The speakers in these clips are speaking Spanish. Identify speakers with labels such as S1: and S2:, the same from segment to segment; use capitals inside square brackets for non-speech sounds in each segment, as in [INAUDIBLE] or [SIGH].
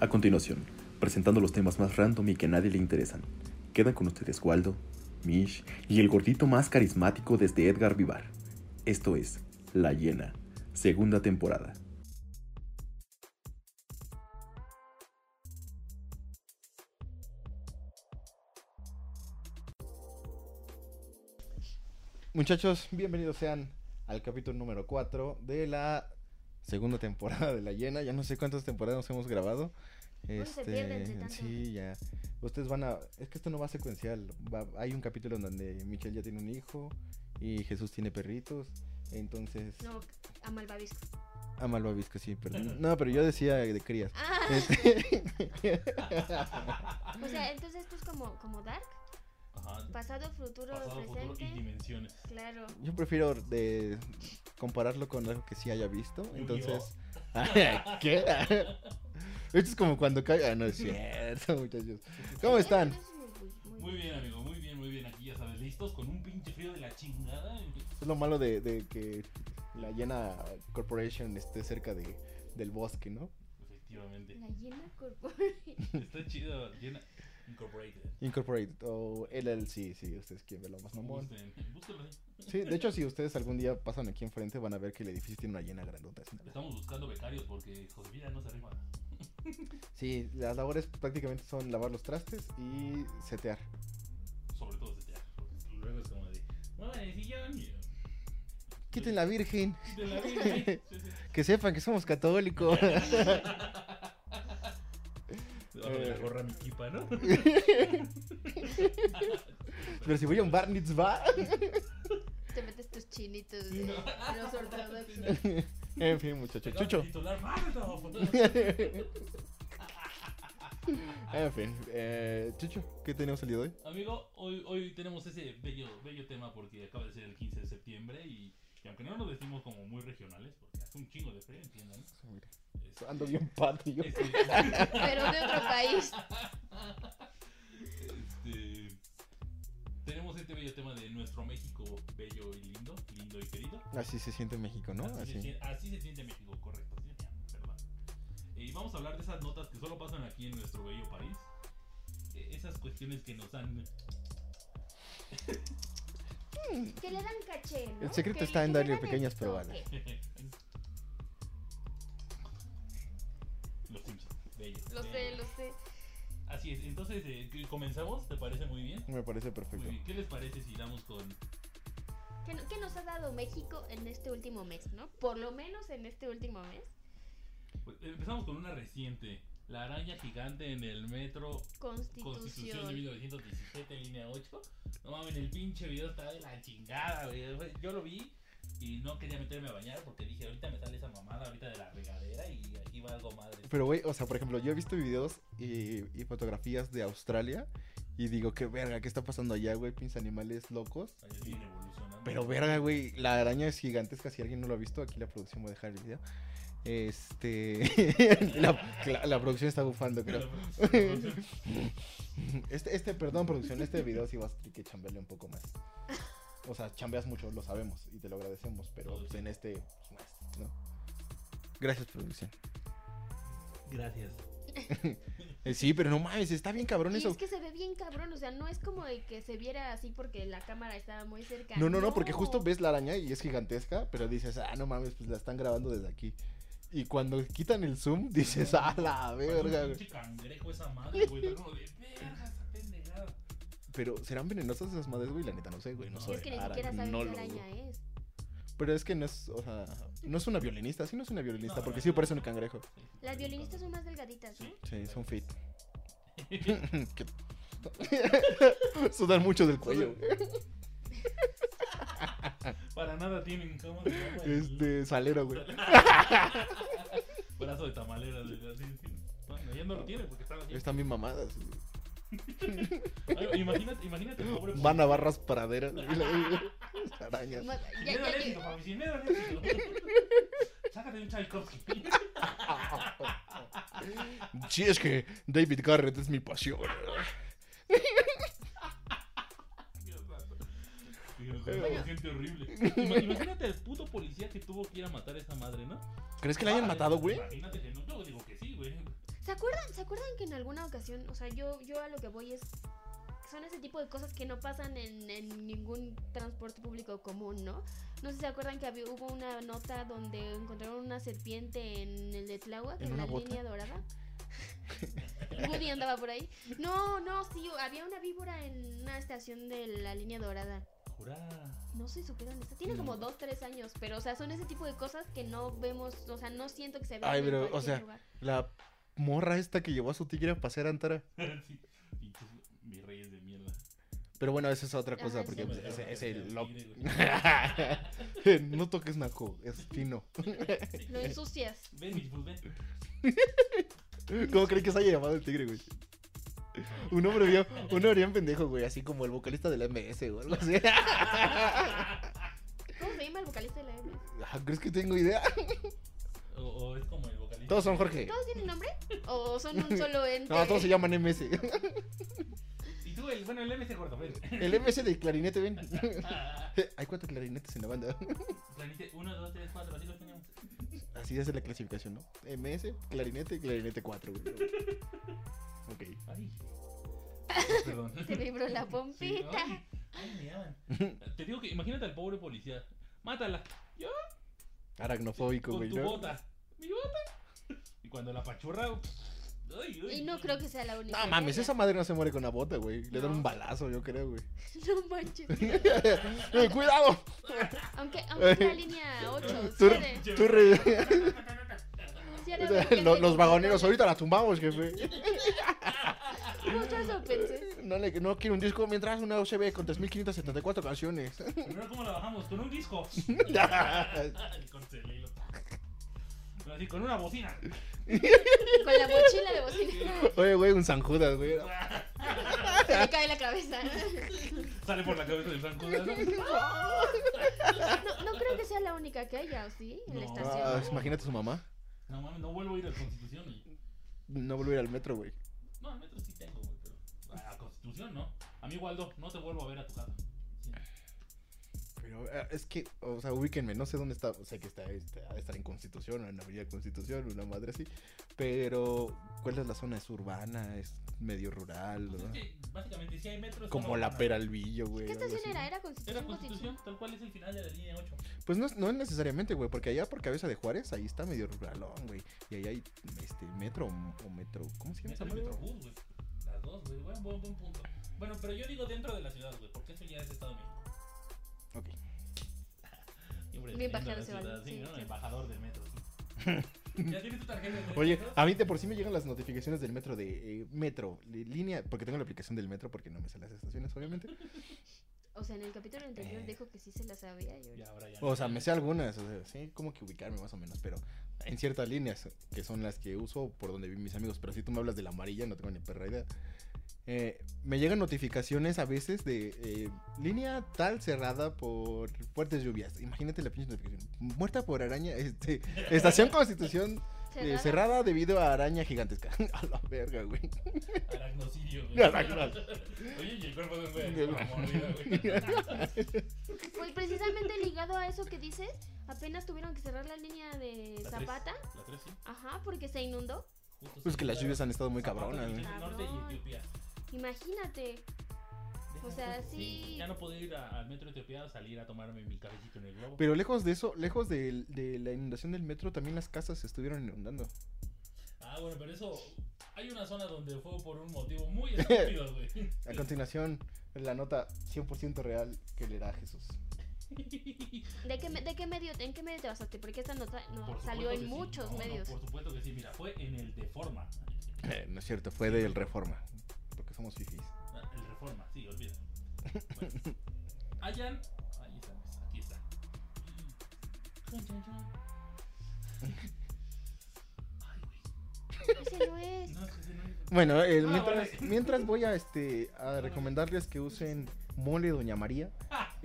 S1: A continuación, presentando los temas más random y que a nadie le interesan, quedan con ustedes Waldo, Mish y el gordito más carismático desde Edgar Vivar. Esto es La Hiena, segunda temporada.
S2: Muchachos, bienvenidos sean al capítulo número 4 de la segunda temporada de La Llena. Ya no sé cuántas temporadas hemos grabado. Este,
S3: Uno se pierde entre tanto.
S2: sí, ya. Ustedes van a... Es que esto no va secuencial. va- Hay un capítulo en donde Michelle ya tiene un hijo y Jesús tiene perritos. Entonces...
S3: No, a Malvavisco.
S2: Ah, malvavisco, sí, perdón. No, pero yo decía de crías.
S3: Ah,
S2: Este, [LAUGHS]
S3: o sea, entonces esto es como, como Dark,
S4: Ajá.
S3: pasado, futuro,
S4: Pasado, futuro y
S3: presente.
S4: dimensiones.
S3: claro.
S2: yo prefiero de compararlo con algo que sí haya visto. Entonces... [LAUGHS] ¿Qué? [LAUGHS] Esto es como cuando cae... Ah, no es cierto, [LAUGHS] muchachos. ¿Cómo están?
S3: Eso es muy- muy-
S4: Muy bien, amigo, muy bien, muy bien. Aquí ya sabes, listos con un pinche frío de la chingada. [LAUGHS]
S2: Es lo malo de, de que la llena corporation esté cerca de, del bosque, ¿no?
S4: Efectivamente.
S3: La llena corporal.
S4: Está chido, llena. Incorporated.
S2: Incorporated o LLC, si ustedes quieren verlo más mamón.
S4: Busquen, búsquenlo eh. ahí.
S2: Sí, de hecho, si ustedes algún día pasan aquí enfrente, van a ver que el edificio tiene una llena grandota. así, ¿no?
S4: Estamos buscando becarios porque José Mira no se arrima.
S2: Sí, las labores prácticamente son lavar los trastes y setear.
S4: Sobre todo este teatro. porque Luego es como de. Muevan el sillón. y-
S2: Quiten la virgen,
S4: De la vida, ¿eh?
S2: [LAUGHS]
S4: Sí, sí.
S2: que sepan que somos católicos.
S4: Debajo
S2: Eh.
S4: de la gorra mi kipa, ¿no?
S2: Pero si voy a un bar mitzvah. [LAUGHS]
S3: Te metes tus chinitos
S4: Sí, [LAUGHS]
S3: de
S4: no.
S3: los ortodoxos.
S4: Sí,
S2: En fin, muchachos, chucho. [LAUGHS]
S4: Titular, ¡Mátalo!
S2: en fin, eh, Chucho, ¿qué tenemos el día de hoy?
S4: Amigo, hoy, hoy tenemos ese bello, bello tema porque acaba de ser el 15 de septiembre y, y aunque no nos decimos como muy regionales, porque hace un chingo de frío, entiendan. Es-
S2: Ando bien patio.
S4: este,
S3: Pero de otro país.
S2: [LAUGHS]
S4: este, tenemos este bello tema de nuestro México bello y lindo, lindo y querido.
S2: Así se siente México, ¿no?
S4: Así,
S2: Así.
S4: Se, siente, así se siente México, correcto. sí, ya, perdón. Eh, Y vamos a hablar de esas notas que solo pasan aquí en nuestro bello país. Eh, Esas cuestiones que nos han...
S3: Que le dan caché, ¿no?
S2: El secreto
S3: Que-
S2: está en
S3: que le
S2: darle
S3: dan el
S2: pequeñas probadas.
S3: toque.
S4: Los Simpsons. Bello.
S3: Lo
S4: bello.
S3: sé, lo sé.
S4: Así es, entonces eh, ¿qué- comenzamos, ¿te parece muy bien?
S2: Me parece perfecto.
S4: Muy bien, ¿qué les parece si damos con...
S3: ¿Qué, no- qué nos ha dado México en este último mes, no? Por lo menos en este último mes.
S4: pues, Empezamos con una reciente, la araña gigante en el metro Constitución de
S3: Constitución.
S4: 1917, línea 8. No mames, el pinche video está de la chingada, güey. Fue- Yo lo vi y no quería meterme a bañar porque dije, ahorita me sale esa mamada ahorita de la regadera y aquí va algo madre.
S2: Pero, güey, o sea, por ejemplo, yo he visto videos y, y fotografías de Australia y digo, qué verga, ¿qué está pasando allá, güey? Pinches animales locos.
S4: Ahí siguen evolucionando.
S2: Pero, verga, güey, la araña es gigantesca. Si alguien no lo ha visto, aquí la producción va a dejar el video. Este. [LAUGHS] la, la- la producción está bufando, creo.
S4: pues,
S2: Este, este, perdón, producción,
S3: [LAUGHS]
S2: este video sí vas a tener que chambearle un poco más. O sea, chambeas mucho, lo sabemos y te lo agradecemos, pero pues, en este, pues, más, ¿no? Gracias, producción.
S4: Gracias.
S2: Eh, sí, pero no mames, está bien cabrón
S3: Y
S2: eso.
S3: es que se ve bien cabrón, o sea, no es como de que se viera así porque la cámara estaba muy cerca.
S2: No, no, no, porque justo ves la araña y es gigantesca, pero dices, ah, no mames, pues la están grabando desde aquí. Y cuando quitan el zoom, dices, ah, la verga,
S4: Verga,
S2: güey.
S4: pinche cangrejo esa madre, güey. Pero como de verga, esa pendejada.
S2: Pero serán venenosas esas madres, güey, la neta, no sé, güey, no
S4: Y
S2: soy
S3: es que ni
S2: ara-
S3: siquiera sabes
S2: no
S3: qué
S2: lo-
S3: araña es.
S2: Pero es que no es, o sea, no es una violinista, sí no es una violinista,
S4: No,
S2: porque
S4: no,
S2: sí
S4: no.
S2: parece un cangrejo.
S3: Las violinistas son más delgaditas, ¿no?
S4: Sí.
S2: Sí, son fit. [LAUGHS] Sudan mucho del cuello. güey.
S4: Para nada tienen cama de agua y-
S2: Este, salero, güey.
S4: Brazo de tamalera. De, así, así. Bueno, ya no lo tiene porque estaba así.
S2: Están bien mamadas. güey.
S4: Ay, imagínate, imagínate el pobre.
S2: Van a barras
S3: [LAUGHS]
S2: praderas. güey, la- las Arañas.
S3: Más- ya-
S4: Dinero
S3: ya-
S4: eléctrico,
S3: ya-
S4: papi, dinero eléctrico. [LAUGHS] Sácate un Tchaikovsky. [LAUGHS]
S2: Sí, es que David Garrett es mi pasión.
S4: Dios santo. Dios, es gente horrible. Ima- Imagínate el puto policía que tuvo que ir a matar a esa madre, ¿no?
S2: ¿Crees que la hayan
S4: Ah,
S2: matado, güey?
S4: Imagínate que no. Yo digo que sí, güey.
S3: ¿Se acuerdan, ¿Se acuerdan que en alguna ocasión, o sea, yo, yo a lo que voy es. Son ese tipo de cosas que no pasan en, en ningún transporte público común, ¿no? No sé si se acuerdan que había, hubo una nota donde encontraron una serpiente en el de Tláhuac,
S2: ¿En
S3: en,
S2: una
S3: la
S2: bota? [LAUGHS]
S3: línea dorada. Woody andaba por ahí. No, no, sí, había una víbora en una estación de la línea dorada.
S4: Jura. [LAUGHS]
S3: No sé, supieron de esta. Tiene como
S2: No.
S3: 2, 3 años, pero, o sea, son ese tipo de cosas que no vemos, o sea, no siento que se vean
S2: Ay,
S3: en
S2: pero, o
S3: cualquier
S2: sea,
S3: lugar.
S2: La morra esta que llevó a su tigre a pasear a Antara.
S4: Sí, pinches mis reyes de mierda.
S2: Pero bueno, esa es otra
S3: Ah,
S2: cosa,
S3: sí.
S2: porque
S3: No me
S2: pues,
S4: dejaron
S2: ese, ese
S4: pasear al
S2: lo-
S4: tigre,
S2: [LAUGHS] no toques naco, es fino.
S3: Lo
S2: eh,
S3: ensucias.
S4: Ven, Mitch, pues ven.
S2: ¿Cómo creen que se haya llamado el tigre, güey? Un hombre vio, un orián pendejo, güey, así como el vocalista del MS o algo así. [LAUGHS]
S3: ¿Cómo se llama el vocalista de la M?
S2: Ah, ¿Crees que tengo idea?
S4: O, o es como el vocalista.
S2: Todos son Jorge.
S3: ¿Todos tienen nombre? ¿O son un
S4: [LAUGHS]
S3: solo ente?
S2: No, todos se llaman MS.
S4: Y tú, el, bueno, el MC gordo,
S2: [LAUGHS]
S4: ven. [LAUGHS] Ah,
S2: El MS de clarinete, ven. [LAUGHS] Hay cuatro clarinetes en la banda. [LAUGHS]
S4: Planite 1, 2, 3, 4, así los teníamos.
S2: Así es la clasificación, ¿no? MS, clarinete, clarinete 4, güey. Ok.
S4: Ay.
S3: [LAUGHS]
S4: Perdón.
S3: Te vibró Este la
S4: Sí,
S3: pompita.
S4: ay, ay, me llaman. Te digo que imagínate al pobre policía. Mátala.
S2: Aracnofóbico,
S4: Con
S2: güey,
S4: tu
S2: ¿no?
S4: bota. Mi bota. [LAUGHS] Y cuando la pachurra. pff, Ay, ay,
S3: Y no creo que sea la única.
S2: No mames,
S3: regla.
S2: esa madre no se muere con una bota, güey. Le dan
S3: No.
S2: un balazo, yo creo, güey.
S3: No manches.
S2: [LAUGHS] Eh, ¡Cuidado!
S3: Aunque, aunque sea línea 8,
S2: Tú,
S3: 7.
S2: tú re- [LAUGHS] Lo- los vagoneros,
S3: ahorita.
S2: ahorita la tumbamos, jefe.
S3: Mucho eso pensé.
S2: No, le, no quiero un disco mientras una OCB con 3.574
S3: [LAUGHS]
S2: canciones.
S4: Primero, ¿cómo la bajamos? Con un disco. El corte de hilo. Pero así, con una bocina.
S3: Con la mochila de bocina.
S2: Oye, güey, un San Judas, güey. Ah,
S3: Se le cae la cabeza.
S4: Sale por la cabeza del Franco. ¿no?
S3: No, no creo que sea la única que haya, ¿o sí? En la
S4: No.
S2: Ah,
S3: estación.
S2: imagínate su mamá.
S4: No mames, no vuelvo a ir a la Constitución. güey.
S2: No volver al metro, güey.
S4: No, al metro sí tengo, güey, pero. A la Constitución, ¿no? A mí, Waldo, no te vuelvo a ver a tu casa. Sí.
S2: Pero eh, es que, o sea, ubíquenme, no sé dónde está, o sea, que está, está, ha de estar en Constitución o en Avenida Constitución, una madre así. Pero, ¿cuál es la zona? ¿Es urbana? ¿Es medio rural?
S4: Pues
S2: ¿no?
S4: es que, básicamente, si hay metro. es
S2: Como
S4: zona
S2: la
S4: urbana.
S2: Peralvillo, güey.
S3: ¿Qué
S2: algo así.
S3: estación era? ¿Era Constitución?
S4: Era Constitución, tal cual es el final de la línea 8.
S2: Pues no, es- no es necesariamente, güey, porque allá por Cabeza de Juárez, ahí está medio ruralón, güey. Y ahí hay este, metro o metro, ¿cómo se llama esa
S4: Metro y
S2: madre?
S4: Metrobús, güey. Las dos, güey. Buen, buen, buen punto. Bueno, pero yo digo dentro de la ciudad, güey, porque eso ya es Estado de México. [LAUGHS]
S2: Ok.
S4: Siempre
S3: Bien
S4: defendiendo
S3: bajado
S4: la
S3: ese balón,
S4: ciudad, sí,
S3: sí,
S4: ¿no?
S3: sí.
S4: Embajador
S2: [LAUGHS]
S4: del metro, sí. ya tienes tu tarjeta. güey.
S2: Oye, ah, a mí de por sí me llegan las notificaciones del metro de eh, metro, de línea, porque tengo la aplicación del metro porque no me sé las estaciones, obviamente.
S3: O sea, en el capítulo anterior
S2: Eh.
S3: dijo que sí se la sabía. y
S4: Ya,
S3: ahorita-
S4: ahora ya no.
S2: O sea, me sé algunas, o sea, sí, como que ubicarme más o menos, pero en ciertas líneas, que son las que uso por donde vi mis amigos, pero si tú me hablas de la amarilla, no tengo ni perra idea. Eh, me llegan notificaciones a veces de eh, línea tal cerrada por fuertes lluvias. Imagínate la pinche notificación. Muerta por araña, este, estación Constitución eh,
S3: Cerrada.
S2: cerrada debido a araña gigantesca. [LAUGHS] a la verga, güey.
S4: [LAUGHS] Aracnocidio, güey.
S2: Aracno-
S4: [LAUGHS] Oye, y el cuerpo de un güey.
S2: Del-
S4: la mordida, güey.
S3: Pues precisamente ligado a eso que dices, apenas tuvieron que cerrar la línea de [LAUGHS]
S4: La tres.
S3: Zapata.
S4: La 3, sí.
S3: Ajá, porque se inundó.
S4: Justo
S2: Pues
S4: sí,
S2: que las
S4: claro.
S2: lluvias han estado muy ¿eh?
S4: Zapata,
S2: cabronas, güey.
S4: Virgen del norte y
S3: Cabrón.
S4: Etiopía.
S3: Imagínate. O sea, sí.
S4: Ya no puedo ir a- al metro de Etiopía a salir a tomarme mi cafecito en el globo.
S2: Pero lejos de eso, lejos del- de la inundación del metro, también las casas se estuvieron inundando.
S4: Ah, bueno, pero eso. Hay una zona donde fue por un motivo muy estúpido, güey.
S2: A continuación, la nota 100% real que le da a Jesús.
S3: ¿De qué, me- de qué medio, ¿En qué medio te basaste? Porque esta nota no,
S4: Por
S3: salió
S4: supuesto
S3: en
S4: que sí.
S3: muchos
S4: No, no,
S3: medios.
S4: por supuesto que sí, mira, fue en el de forma.
S2: Eh, no es cierto, fue del Reforma. Porque somos fifis.
S4: Ah, El Reforma, sí, olvida. Bueno. Hayan. Ahí estamos, aquí está. Chan, chan, chan. Ay, güey.
S3: Ese no es.
S4: No, es que ese no es-
S2: Bueno, eh,
S4: Ah,
S2: mientras,
S3: [LAUGHS]
S4: vale.
S2: mientras voy a, este, a recomendarles que usen mole Doña María. Este,
S3: Ah,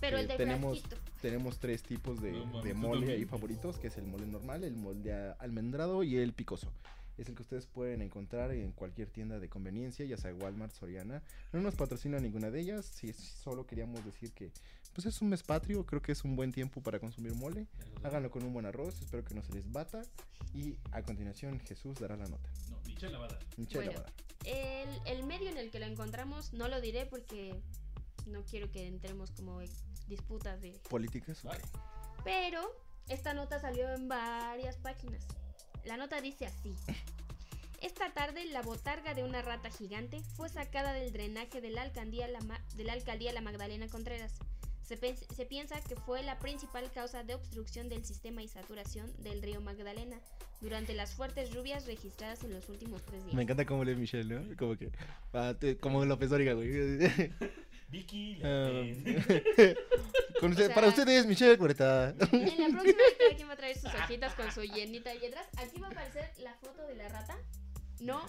S3: Pero el de
S2: tenemos,
S3: frasquito.
S2: tenemos tres tipos de,
S4: No mames,
S2: de
S4: tú
S2: mole
S4: también.
S2: ahí favoritos, que es el mole normal, el mole a- almendrado y el picoso. Es el que ustedes pueden encontrar en cualquier tienda de conveniencia, ya sea Walmart, Soriana. No nos patrocina ninguna de ellas, si solo queríamos decir que pues es un mes patrio, creo que es un buen tiempo para consumir mole. Háganlo con un buen arroz, espero que no se les bata. Y a continuación Jesús dará la nota.
S4: No, mi Pinche lavada.
S2: Pinche
S3: Bueno.
S2: lavada.
S3: El, el medio en el que lo encontramos no lo diré porque no quiero que entremos como en disputas de...
S2: ¿Políticas?
S4: ¿Va?
S2: Ok.
S3: Pero esta nota salió en varias páginas. La nota dice así. Esta tarde la botarga de una rata gigante fue sacada del drenaje de la alcaldía La, Ma- de la, alcaldía la Magdalena Contreras. Se, pe- se piensa que fue la principal causa de obstrucción del sistema y saturación del río Magdalena durante las fuertes lluvias registradas en los últimos tres días.
S2: Me encanta cómo lee Michelle, ¿no? Como que. ah, te- como López Dóriga, güey.
S4: Vicky, la
S2: Ah,
S4: pendeja.
S2: [LAUGHS] con usted-
S3: O sea-
S2: Para ustedes, Michelle Huerta.
S3: En la
S4: [LAUGHS]
S3: próxima cada quien va a traer sus hojitas con su llenita y atrás. Aquí va a aparecer la foto de la rata.
S4: [LAUGHS]
S3: No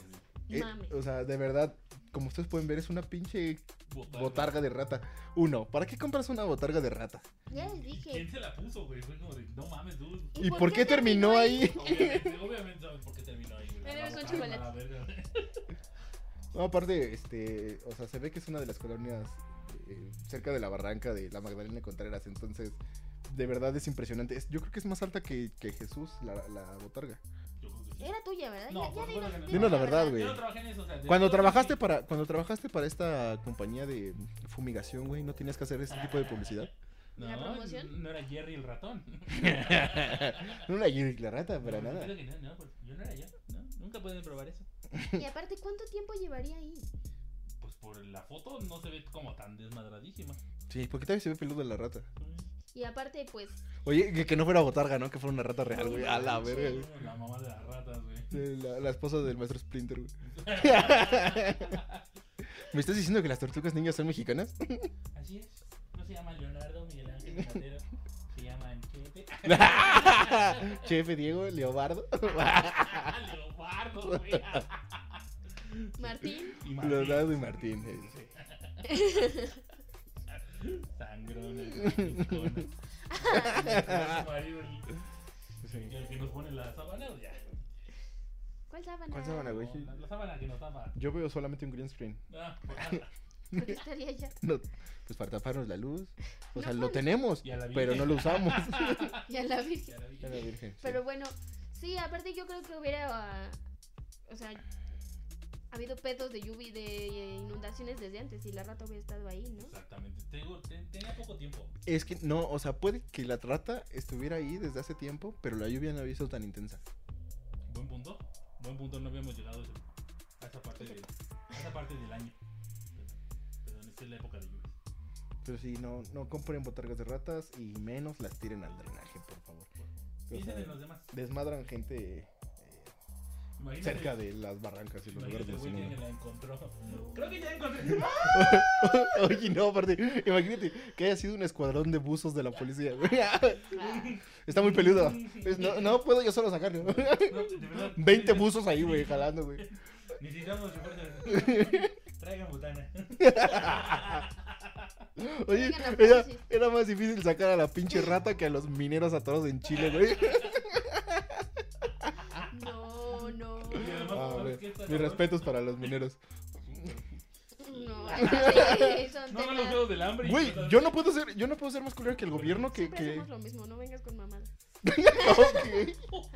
S2: Eh,
S3: mames.
S2: o sea, de verdad, como ustedes pueden ver, es una pinche
S4: Botarga.
S2: botarga de rata. Uno, ¿para qué compras una botarga de rata?
S3: Ya les
S4: ¿Y
S3: dije.
S4: ¿Quién se la puso, güey? Fue como de, no
S3: [LAUGHS]
S4: mames, dude.
S2: ¿Y por qué terminó ahí?
S4: Obviamente, obviamente sabes por qué terminó ahí, güey.
S3: Pero es un
S4: Ah,
S3: chocolate.
S4: la verga.
S2: [LAUGHS] No, aparte, este, o sea, se ve que es una de las colonias eh, cerca de la barranca de la Magdalena Contreras, entonces, de verdad es impresionante. Es- yo creo que es más alta que, que Jesús, la, la botarga.
S4: Yo creo que sí.
S3: Era tuya, ¿verdad?
S4: No,
S3: Ya- ya
S4: por supuesto
S3: dinos-
S4: que no.
S3: dinos
S2: Dinos la verdad,
S4: Yo
S2: güey.
S4: no trabajé en eso, o sea, de
S2: Cuando
S4: todo
S2: trabajaste
S4: sí.
S2: para, cuando trabajaste para esta compañía de fumigación, güey, ¿no tenías que hacer este tipo de publicidad?
S3: ¿La promoción?
S4: No era Jerry el ratón.
S2: [LAUGHS] No la Jenny la rata, [LAUGHS] para
S4: No,
S2: nada.
S4: creo que no, no, pues, yo no era yo. ¿no? Nunca pueden probar eso.
S3: Y aparte, ¿cuánto tiempo llevaría ahí?
S4: Pues por la foto no se ve como tan desmadradísima.
S2: Sí, porque todavía se ve peludo la rata.
S3: Y aparte, pues,
S2: Oye, que, que no fuera botarga, ¿no? Que fuera una rata real, güey. A la
S3: manches.
S2: verga, güey.
S4: La mamá de las ratas, güey.
S2: De La, la esposa del maestro Splinter,
S4: [LAUGHS]
S2: güey. ¿Me estás diciendo que las tortugas niñas son
S4: [LAUGHS]
S2: mexicanas?
S4: Así es. No se llama Leonardo Miguel Ángel Madero. Se llama
S2: [LAUGHS]
S4: Anchete. [LAUGHS]
S2: Chefe Diego, Leobardo.
S4: Leopardo, güey.
S3: Martín,
S4: Y Martín.
S2: Leonardo y Martín. eh.
S4: Sangrones. maricones. Su marido, el- El que nos pone la sábana, pues ya.
S3: ¿cuál sábana?
S2: ¿Cuál sábana, Ah, güey?
S4: La, la sábana que nos tapa.
S2: Yo veo solamente un green screen.
S4: Ah,
S2: [LAUGHS]
S4: pues,
S3: ¿Por qué estaría allá?
S2: No, pues para taparnos la luz. O
S3: No,
S2: sea, lo
S3: pues.
S2: tenemos,
S4: Y a la
S2: pero
S4: Virgen.
S2: no lo usamos.
S3: Y a la Virgen.
S4: [LAUGHS] ya la vi.
S2: A la Virgen, sí.
S3: Pero bueno, sí, aparte yo creo que hubiera, ah, o sea, habido pedos de lluvia y de inundaciones desde antes y la rata hubiera estado ahí, ¿no?
S4: Exactamente. Tengo- te- tenía poco tiempo.
S2: Es que no, o sea, puede que la rata estuviera ahí desde hace tiempo, pero la lluvia no había sido tan intensa.
S4: Buen punto. Buen punto. No habíamos llegado a ese- a esa parte, de- a esa parte del año. Perdón, esta es la época de lluvias.
S2: Pero sí, no, no compren botargas de ratas y menos las tiren al drenaje, por favor. O
S4: Dicen
S2: sea,
S4: en los demás.
S2: desmadran gente eh,
S4: Imagínate-
S2: cerca de las barrancas y los lugares de
S4: imagínate el güey que
S2: los
S4: la encontró. Creo que ya
S2: [LAUGHS]
S4: encontré.
S2: Oye, no, [LAUGHS] aparte, imagínate que haya sido un escuadrón de buzos de la policía. güey. Está muy peludo. Pues, No, no puedo yo solo
S4: [LAUGHS]
S2: sacarlo.
S4: No, de verdad.
S2: 20 buzos ahí, güey, jalando, güey.
S4: Necesitamos
S2: [LAUGHS]
S4: refuerzos. Traigan botana.
S2: Oye,
S3: Oigan, la
S2: era,
S3: Francis.
S2: era más difícil sacar a la pinche rata que a los mineros atados en Chile, güey.
S4: pues, Ah.
S3: No,
S4: [LAUGHS]
S3: no,
S4: Y además,
S2: Ah,
S4: ¿sabes
S2: güey,
S4: qué está
S2: Mis
S4: cabrón?
S2: respetos para los mineros.
S3: no. [LAUGHS] Sí, son
S4: No hagan los
S3: temas-
S4: juegos del hambre.
S2: Güey, yo no puedo ser, yo no puedo ser más culero que el gobierno que.
S3: Siempre
S2: que...
S3: hacemos lo mismo, no vengas con mamada.
S2: Ok.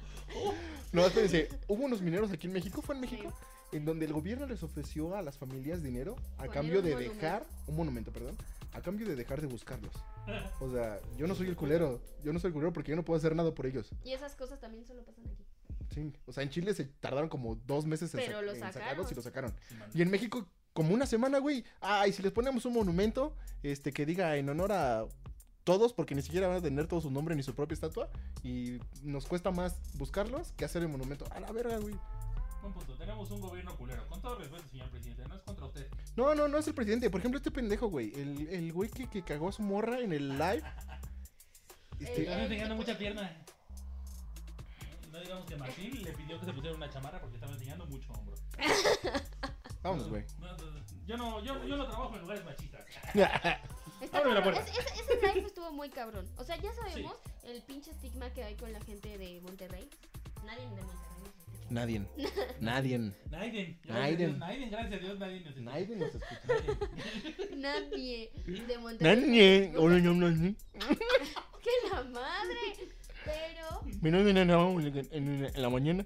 S2: No, espérense. Hubo unos mineros aquí en México, fue en México, en donde el gobierno les ofreció a las familias dinero a
S3: Poner
S2: cambio
S3: un
S2: de
S3: monumento.
S2: dejar. Un monumento, perdón. A cambio de dejar de
S4: [LAUGHS]
S2: buscarlos. O sea, yo no soy el culero. Yo no soy el culero porque yo no puedo hacer nada por ellos.
S3: Y esas cosas también solo pasan aquí.
S2: Sí. O sea, en Chile se tardaron como dos meses en,
S3: Pero
S2: sa-
S3: lo
S2: en
S3: sacaron.
S2: sacarlos y lo sacaron.
S4: no.
S2: Y en México, como una semana, güey. Ay, si les ponemos un monumento este, que diga en honor a todos, porque ni siquiera van a tener todo su nombre ni su propia estatua. Y nos cuesta más buscarlos que hacer el monumento. A la verga, güey.
S4: Buen punto. Tenemos un gobierno culero. Con todo respeto, señor presidente, no es contra usted.
S2: No, no, no es el presidente. Por ejemplo, este pendejo, güey. El, el güey que, que cagó a su morra en el live.
S3: El-
S2: Este,
S4: Está enseñando mucha pierna. No digamos que Martín le pidió que se pusiera una chamarra porque estaba enseñando mucho hombro.
S2: vámonos, güey.
S4: No, no, no. yo, no, yo, yo no trabajo en lugares machistas.
S3: Está
S4: Ábreme la
S3: cabrón.
S4: puerta.
S3: Es- es- ese drive estuvo muy cabrón. O sea, ya sabemos el pinche estigma que hay con la gente de Monterrey. Nadie de Monterrey. nos escucha.
S2: Nadie. Nadie.
S4: Naiden. gracias a
S2: Naiden.
S4: Dios, Naiden, gracias a Dios, Naiden. nos escucha.
S2: Nadie nos escucha.
S4: Naiden.
S3: Nadie de Monterrey.
S2: Nadie.
S3: nos
S2: Oh,
S3: escucha.
S2: no, no, no, no.
S3: ¡Que la madre! Pero
S2: Mi novia no, no, en en- en la mañana.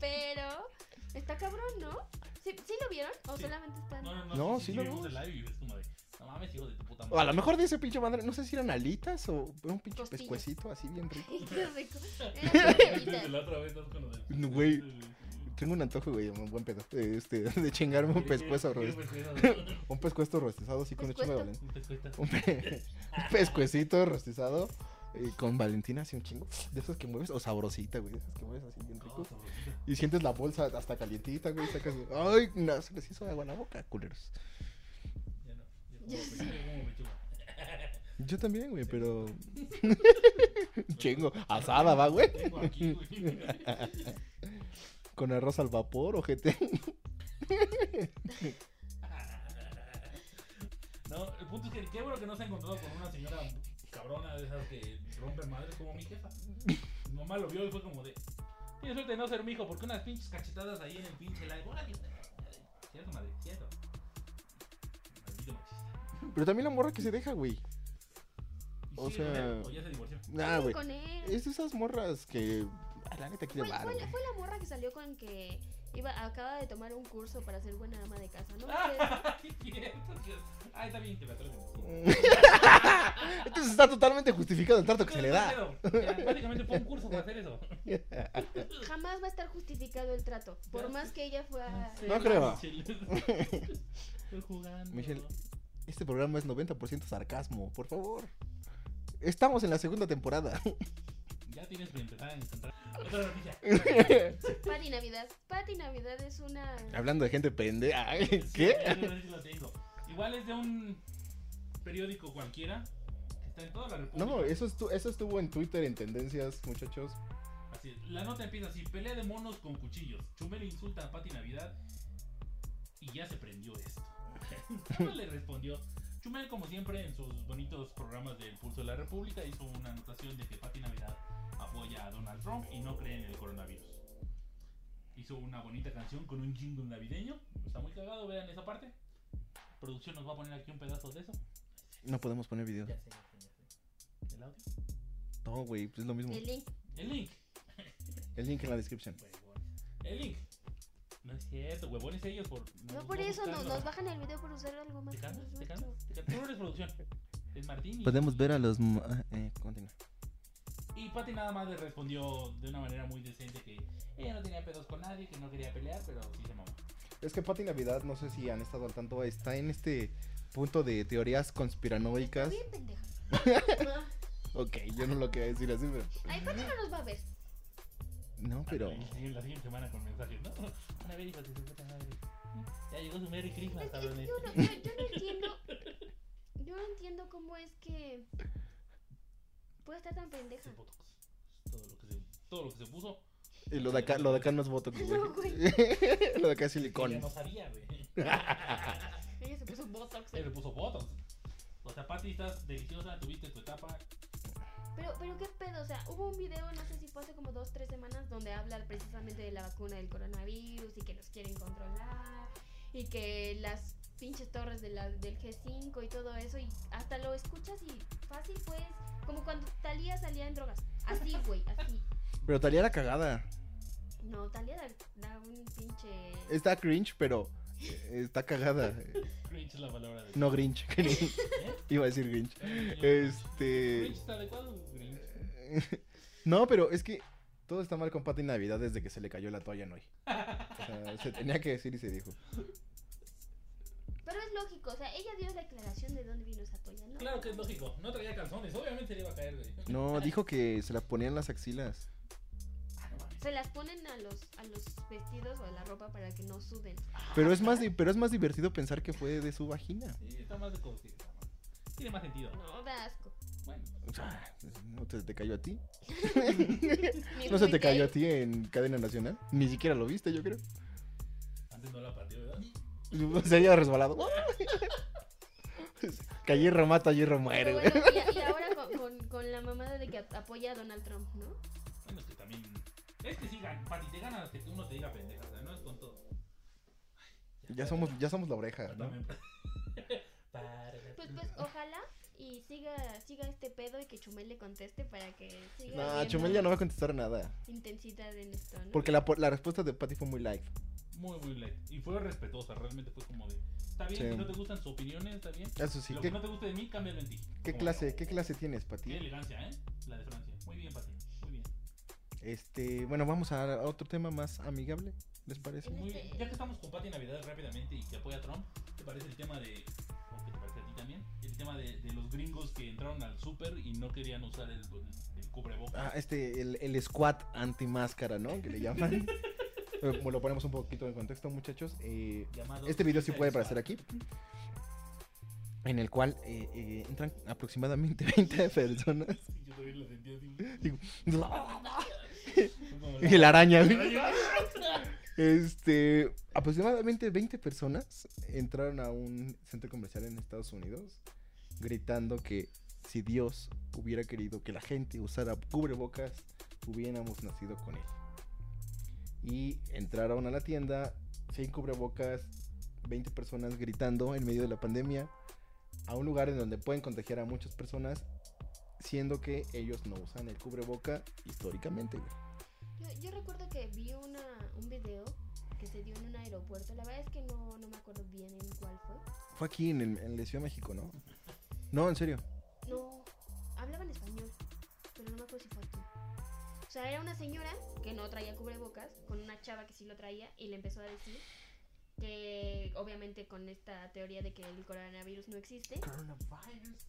S3: Pero está cabrón, ¿no? ¿Sí, sí lo vieron? ¿O
S4: Sí.
S3: solamente están.?
S4: No, no, no.
S2: No,
S4: si-
S2: sí
S4: si
S2: lo
S4: vimos
S2: vimos.
S4: el live y es como de, no mames, hijo de tu puta
S2: O
S4: madre.
S2: a lo mejor de ese pinche madre, no sé si eran alitas o un pinche
S3: Costillas.
S2: pescuecito así bien rico.
S3: Qué
S4: [LAUGHS]
S3: rico.
S4: Desde
S3: Era
S4: la otra vez estás con lo del-
S2: No, güey. Tengo
S4: Quiero
S2: un antojo, güey, un buen pedo. Este, [LAUGHS] de chingarme un
S4: que-
S2: pescuezo
S4: quiero
S2: rostizado.
S4: pescuezo.
S2: Un pescuezo rostizado así con un chingo de
S3: Pescuezo.
S2: valentina.
S4: Un pescuezo.
S2: Un, pe- [LAUGHS] un pescuecito rostizado eh, con valentina así un chingo. De esas que mueves, o sabrosita, güey, de esas que mueves así bien
S4: No,
S2: rico.
S3: Oh.
S4: sabrosito.
S2: Y sientes la bolsa hasta calientita, güey, sacas. Ay, no, se les hizo agua en la boca, culeros.
S4: Ya no,
S3: Ya
S4: ya como pechuga,
S3: sé.
S4: como pechuga.
S2: Yo también, güey, pero. [LAUGHS] Chingo, asada va, güey.
S4: Tengo aquí, güey.
S2: Con arroz al vapor, ojete.
S4: No, el punto es que qué bueno que no se ha encontrado con una señora cabrona de esas que rompen madres como mi jefa. Mi mamá lo vio y fue como de. Tienes suerte de no ser mi hijo, porque unas pinches cachetadas ahí en el pinche live. órale, madre". Cierto, madre, cierto. Maldito machista.
S2: Pero también la morra que se deja, güey.
S4: Y
S2: O
S4: sigue con
S2: sea-
S4: él, O ya se divorció. [LAUGHS]
S2: Nah, güey.
S3: con él.
S2: Es de esas morras que. ah, La neta aquí de
S3: Fue,
S2: bar,
S3: fue la,
S2: güey.
S3: fue la morra que salió con que iba, acaba de tomar un curso para ser buena ama de casa, ¿no?
S4: [LAUGHS]
S3: Porque-
S4: Ay, cierto, que- Ah, está bien, te la traigo.
S2: [LAUGHS] Entonces está totalmente justificado el trato que se le da.
S4: Ya, Básicamente fue un curso para hacer eso.
S3: jamás va a estar justificado el trato. Por
S4: Ya.
S3: más que ella fue a.
S2: No creo.
S4: Estoy
S2: [LAUGHS]
S4: jugando.
S2: Michelle. [LAUGHS] Este programa es 90% sarcasmo, por favor. Estamos en la segunda temporada.
S4: Ya tienes que empezar a encontrar otra
S2: [LAUGHS]
S4: noticia.
S3: Pati Navidad. Pati Navidad es una.
S2: Hablando de gente pendeja. [LAUGHS]
S4: Sí,
S2: ¿Qué?
S4: yo creo que lo tengo. Igual es de un periódico cualquiera que está en toda la República.
S2: No, eso, estu- eso estuvo en Twitter en tendencias, muchachos.
S4: Así es. La nota empieza así: pelea de monos con cuchillos. Chumel insulta a Pati Navidad y ya se prendió [LAUGHS] esto. Chumel le respondió. Chumel, como siempre, en sus bonitos programas del Pulso de la República, hizo una anotación de que Pati Navidad apoya a Donald Trump y no cree en el coronavirus. Hizo una bonita canción con un jingle navideño. Está muy cagado, vean esa parte. Producción nos va a poner aquí un pedazo de eso.
S2: No podemos poner video.
S4: Ya sé, ya sé, ya sé. ¿El audio?
S2: No, güey, pues es lo mismo.
S3: El link.
S4: El link.
S2: El link en la descripción.
S4: Huevones. El link. No es cierto, huevones ellos por.
S3: No
S4: nos-
S3: por
S4: no
S3: eso no-
S4: buscando.
S3: nos bajan el video por usar algo más.
S4: ¿Te
S3: que
S4: calmas? ¿Te
S3: nosotros.
S4: calmas? ¿Te calmas? Tú no eres producción. Es Martín. Y,
S2: Podemos ver a los... Pues m- ah, Eh, continúa.
S4: y Pati nada más le respondió de una manera muy decente que ella no tenía pedos con nadie, que no quería pelear, pero sí se mamó.
S2: Es que Pati Navidad, no sé si han estado al tanto, está en este punto de teorías
S3: Está
S2: conspiranoicas.
S3: bien pendeja.
S2: Ok, yo no lo quería decir así, pero...
S3: Ay, Pati no nos va a ver.
S2: No, pero...
S4: Y siguen La siguiente semana con mensajes, ¿no? Una vez hijos de su puta madre. Ya llegó su Merry Christmas, eh.
S3: Es que
S4: cabrones.
S3: yo no, yo, yo no entiendo. Yo no entiendo cómo es que. Puede estar tan [LAUGHS] pendeja.
S4: Su botox. Todo lo que se, todo lo que se puso.
S2: Y lo de acá, lo de acá no es botox, güey.
S3: [LAUGHS] No, güey.
S2: [LAUGHS] lo de acá es
S4: Ella
S2: silicón.
S4: no sabía,
S2: [LAUGHS]
S4: güey.
S3: Ella se puso botox.
S4: Se le puso botox. O sea, Pati, estás deliciosa, tuviste tu etapa.
S3: Pero, pero qué pedo, o sea, hubo un video, no sé si fue hace como dos, tres semanas, donde habla precisamente de la vacuna del coronavirus y que nos quieren controlar y que las pinches torres de la, del G5 y todo eso y hasta lo escuchas y fácil pues, como cuando Talía salía en drogas, así güey, así.
S2: Pero Talía la cagada.
S3: No, Talía da, da un pinche...
S2: Está cringe, pero... eh, Está cagada.
S4: Cringe es la palabra de.
S2: No grinch. grinch.
S4: ¿Eh?
S2: [LAUGHS] Iba a decir grinch.
S4: Eh,
S2: Este... [LAUGHS]
S4: Grinch está adecuado, Grinch.
S2: No, pero es que todo está mal con Pati Navidad desde que se le cayó la toalla en hoy. O sea, se tenía que decir y se dijo.
S3: Pero es lógico, o sea, ella dio la declaración de dónde vino esa toalla, ¿no?
S4: Claro que es lógico, no traía calzones, obviamente le iba a caer, güey.
S2: No, dijo que se la ponían las axilas.
S4: Ah, no mames.
S3: Se las ponen a los, a los vestidos o a la ropa para que no suden.
S2: Pero es más, di- pero es más divertido pensar que fue de su vagina.
S4: Sí, está más de consci- está más- Tiene más sentido.
S3: No, da asco.
S4: Bueno,
S2: O sea, ¿no te, te cayó a ti?
S3: Ni
S2: ¿No se
S3: muy
S2: te cayó
S3: gay.
S2: a ti en cadena nacional? Ni siquiera lo viste, yo creo. [LAUGHS]
S4: antes no la partió, ¿verdad?
S2: Se había resbalado. [LAUGHS] Caí remata, allí remuere,
S3: Pero
S2: güey.
S3: bueno, y, y ahora con, con- con la mamada de que ap- apoya a Donald Trump, ¿no?
S4: Bueno, es que también. Es que sí, gan- Pati, te ganas que uno te diga pendeja, o sea, no es con todo. Ay, [LAUGHS]
S2: Ya somos, ya somos la oreja, ¿no?
S4: También- [LAUGHS] Para-
S3: Pues, pues, ojalá y, y siga, siga este pedo y que Chumel le conteste para que siga.
S2: No,
S3: habiendo
S2: Chumel ya no va a contestar nada.
S3: Intensidad en esto, ¿no?
S2: Porque la, po- la respuesta de Patty fue muy light.
S4: Muy, muy light. Y fue respetuosa, realmente fue como de. Está bien,
S2: Sí.
S4: si no te gustan sus opiniones, está bien.
S2: Eso sí,
S4: Lo que
S2: ¿qué,
S4: no te guste de mí, cámbialo en ti.
S2: qué
S4: Como
S2: clase,
S4: yo.
S2: ¿qué clase tienes,
S4: Qué
S2: Patty?
S4: elegancia, ¿eh? La de Francia. Muy bien, Pati. Muy bien.
S2: Este, bueno, vamos a, a otro tema más amigable, ¿les parece?
S4: Muy bien. Ya que estamos con Pati Navidad rápidamente y que apoya a Trump, ¿te parece el tema de. o que te parece a ti también? El tema de, de los gringos que entraron al súper y no querían usar el, el cubrebocas.
S2: Ah, este, el, el squat antimáscara, ¿no? Que le llaman. Pero como lo ponemos un poquito en contexto, muchachos. eh,
S4: llamado
S2: este video sí
S4: Suicide
S2: puede
S4: Squad.
S2: aparecer aquí. En el cual eh, eh, entran aproximadamente [LAUGHS] 20 personas.
S4: Sí, yo también lo sentí así. Fue como
S2: [LAUGHS] Y la araña. güey.
S4: la- [LAUGHS]
S2: Este, aproximadamente 20 personas entraron a un centro comercial en Estados Unidos gritando que si Dios hubiera querido que la gente usara cubrebocas, hubiéramos nacido con él. Y entraron a la tienda sin cubrebocas, 20 personas gritando en medio de la pandemia a un lugar en donde pueden contagiar a muchas personas, siendo que ellos no usan el cubreboca históricamente. güey.
S3: Yo, yo recuerdo que vi una, un video que se dio en un aeropuerto. La verdad es que no, no me acuerdo bien en cuál fue.
S2: Fue aquí en, el, en la Ciudad de México, ¿no? No, en serio.
S3: No, hablaban español, pero no me acuerdo si fue aquí. O sea, era una señora que no traía cubrebocas, con una chava que sí lo traía, y le empezó a decir que, obviamente, con esta teoría de que el coronavirus no existe,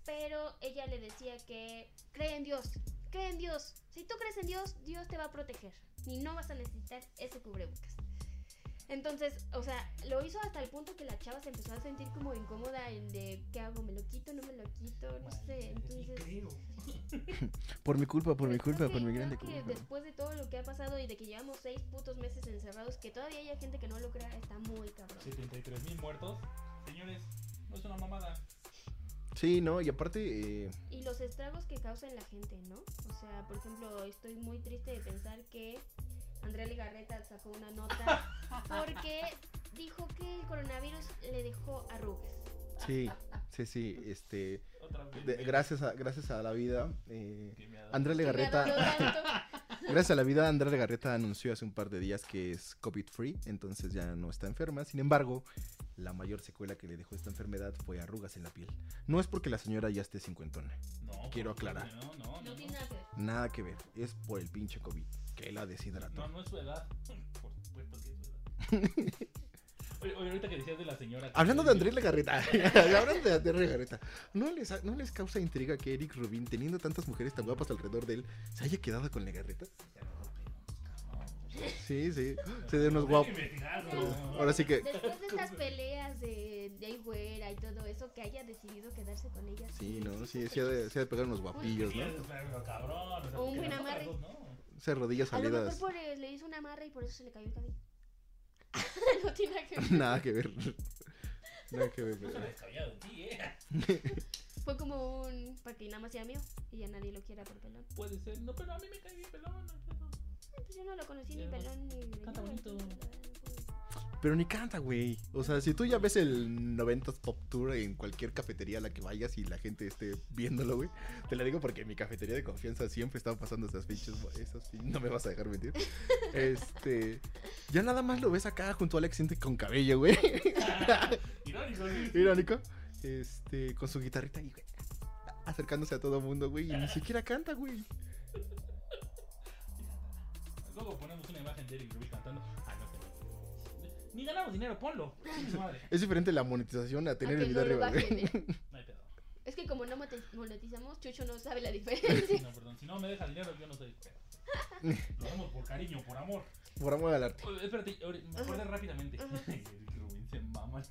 S3: pero ella le decía que cree en Dios, cree en Dios. Si tú crees en Dios, Dios te va a proteger y no vas a necesitar ese cubrebocas. Entonces, o sea, lo hizo hasta el punto que la chava se empezó a sentir como incómoda en de qué hago, me lo quito, no me lo quito, no sé. Entonces,
S2: Por mi culpa, por mi
S3: pero creo
S2: culpa,
S3: que-
S2: por mi grande
S3: creo que
S2: culpa.
S3: Después de todo lo que ha pasado y de que llevamos seis putos meses encerrados, que todavía haya gente que no lo crea, está muy cabrón.
S4: 73 mil muertos. Señores, no es una mamada.
S2: Sí, no, y aparte, eh,
S3: Y los estragos que causa en la gente, ¿no? O sea, por ejemplo, estoy muy triste de pensar que Andrea Legarreta sacó una nota porque dijo que el coronavirus le dejó arrugas.
S2: sí, sí, sí, este,
S4: Otra vez.
S2: de- gracias, a, gracias a la vida, eh,
S4: Que me ha dado-
S2: Andrea
S3: Me [LAUGHS]
S2: Legarreta,
S3: dolió tanto.
S2: gracias a la vida, Andrea Legarreta anunció hace un par de días que es COVID-free, entonces ya no está enferma, sin embargo, la mayor secuela que le dejó esta enfermedad fue arrugas en la piel. No es porque la señora ya esté cincuentona,
S4: No,
S2: quiero
S4: por favor,
S2: aclarar.
S4: No, no, no.
S3: No tiene
S4: No,
S2: [LAUGHS]
S3: nada que ver.
S2: nada que ver, es por el pinche COVID, que la deshidrató.
S4: no, no es su edad. [LAUGHS] Por supuesto que es su edad.
S2: [LAUGHS]
S4: Oye, oye, ahorita que decías de la señora. que-
S2: Hablando de Andrés Legarreta, [LAUGHS] hablando de Andrés Legarreta, ¿no les, ¿no les causa intriga que Eric Rubin, teniendo tantas mujeres tan guapas alrededor de él, se haya quedado con Legarreta?
S4: Ya no lo pegamos,
S2: Sí, sí, se de unos
S4: cabrón.
S2: guapos.
S4: Hay que investigarlo.
S2: Ahora sí que...
S3: Después de estas peleas de, de Higuera y todo eso, que haya decidido quedarse con ella.
S2: Sí, no, sí, se ha de, se ha de pegar unos guapillos,
S4: Sí,
S2: ¿no?
S4: pero cabrón, o sea,
S3: O un
S4: porque
S3: buen
S4: las otras
S3: amarre.
S4: dos no.
S2: Esas rodillas
S3: A lo mejor
S2: salidas,
S3: por, eh, le hizo una amarra y por eso se le cayó el cabello. [LAUGHS] no tiene nada que ver.
S2: [LAUGHS] nada que ver. Nada que ver,
S4: No se
S2: pero-
S4: me ha descabellado en ti, eh.
S3: Fue como un. para que nada más sea mío y ya nadie lo quiera por pelón. Eh,
S4: Puede ser. No, pero a mí me cae bien pelón. no, no.
S3: Pues yo no lo conocí ni
S4: Ya,
S3: pelón ni. greñudo,
S4: canta bonito.
S3: entonces, eh, pues, la verdad, no puedo-
S2: Pero ni canta, güey. O sea, si tú ya ves el 90s Pop Tour en cualquier cafetería a la que vayas y la gente esté viéndolo, güey. Te lo digo porque en mi cafetería de confianza siempre están pasando esas pinches. Esas, pin- no me vas a dejar mentir. Este. Ya nada más lo ves acá junto a Alex Sintek con cabello,
S3: [LAUGHS]
S2: güey.
S4: Irónico, sí.
S2: Irónico. Este. Con su guitarrita ahí, güey. Acercándose a todo mundo, güey. Y ni siquiera canta, güey.
S4: Luego ponemos una imagen de Eric Rubin cantando. Ah, no, que no. Ni ganamos dinero, ponlo. Chingue su Madre.
S2: Es diferente la monetización a tener
S3: A
S2: el
S3: que
S2: video
S3: no lo
S2: arriba, güey.
S3: bajen, ¿eh?
S4: No hay pedo.
S3: Es que como no mote- monetizamos, Chucho no sabe
S2: [LAUGHS]
S3: la diferencia.
S4: No, perdón. Si no me deja dinero, yo no soy. Lo hacemos por cariño, por amor.
S2: Por amor al arte.
S4: Oye, Oh, espérate, ahora- me acordé rápidamente. [LAUGHS] Eric Rubin
S3: [LAUGHS]
S4: se mama.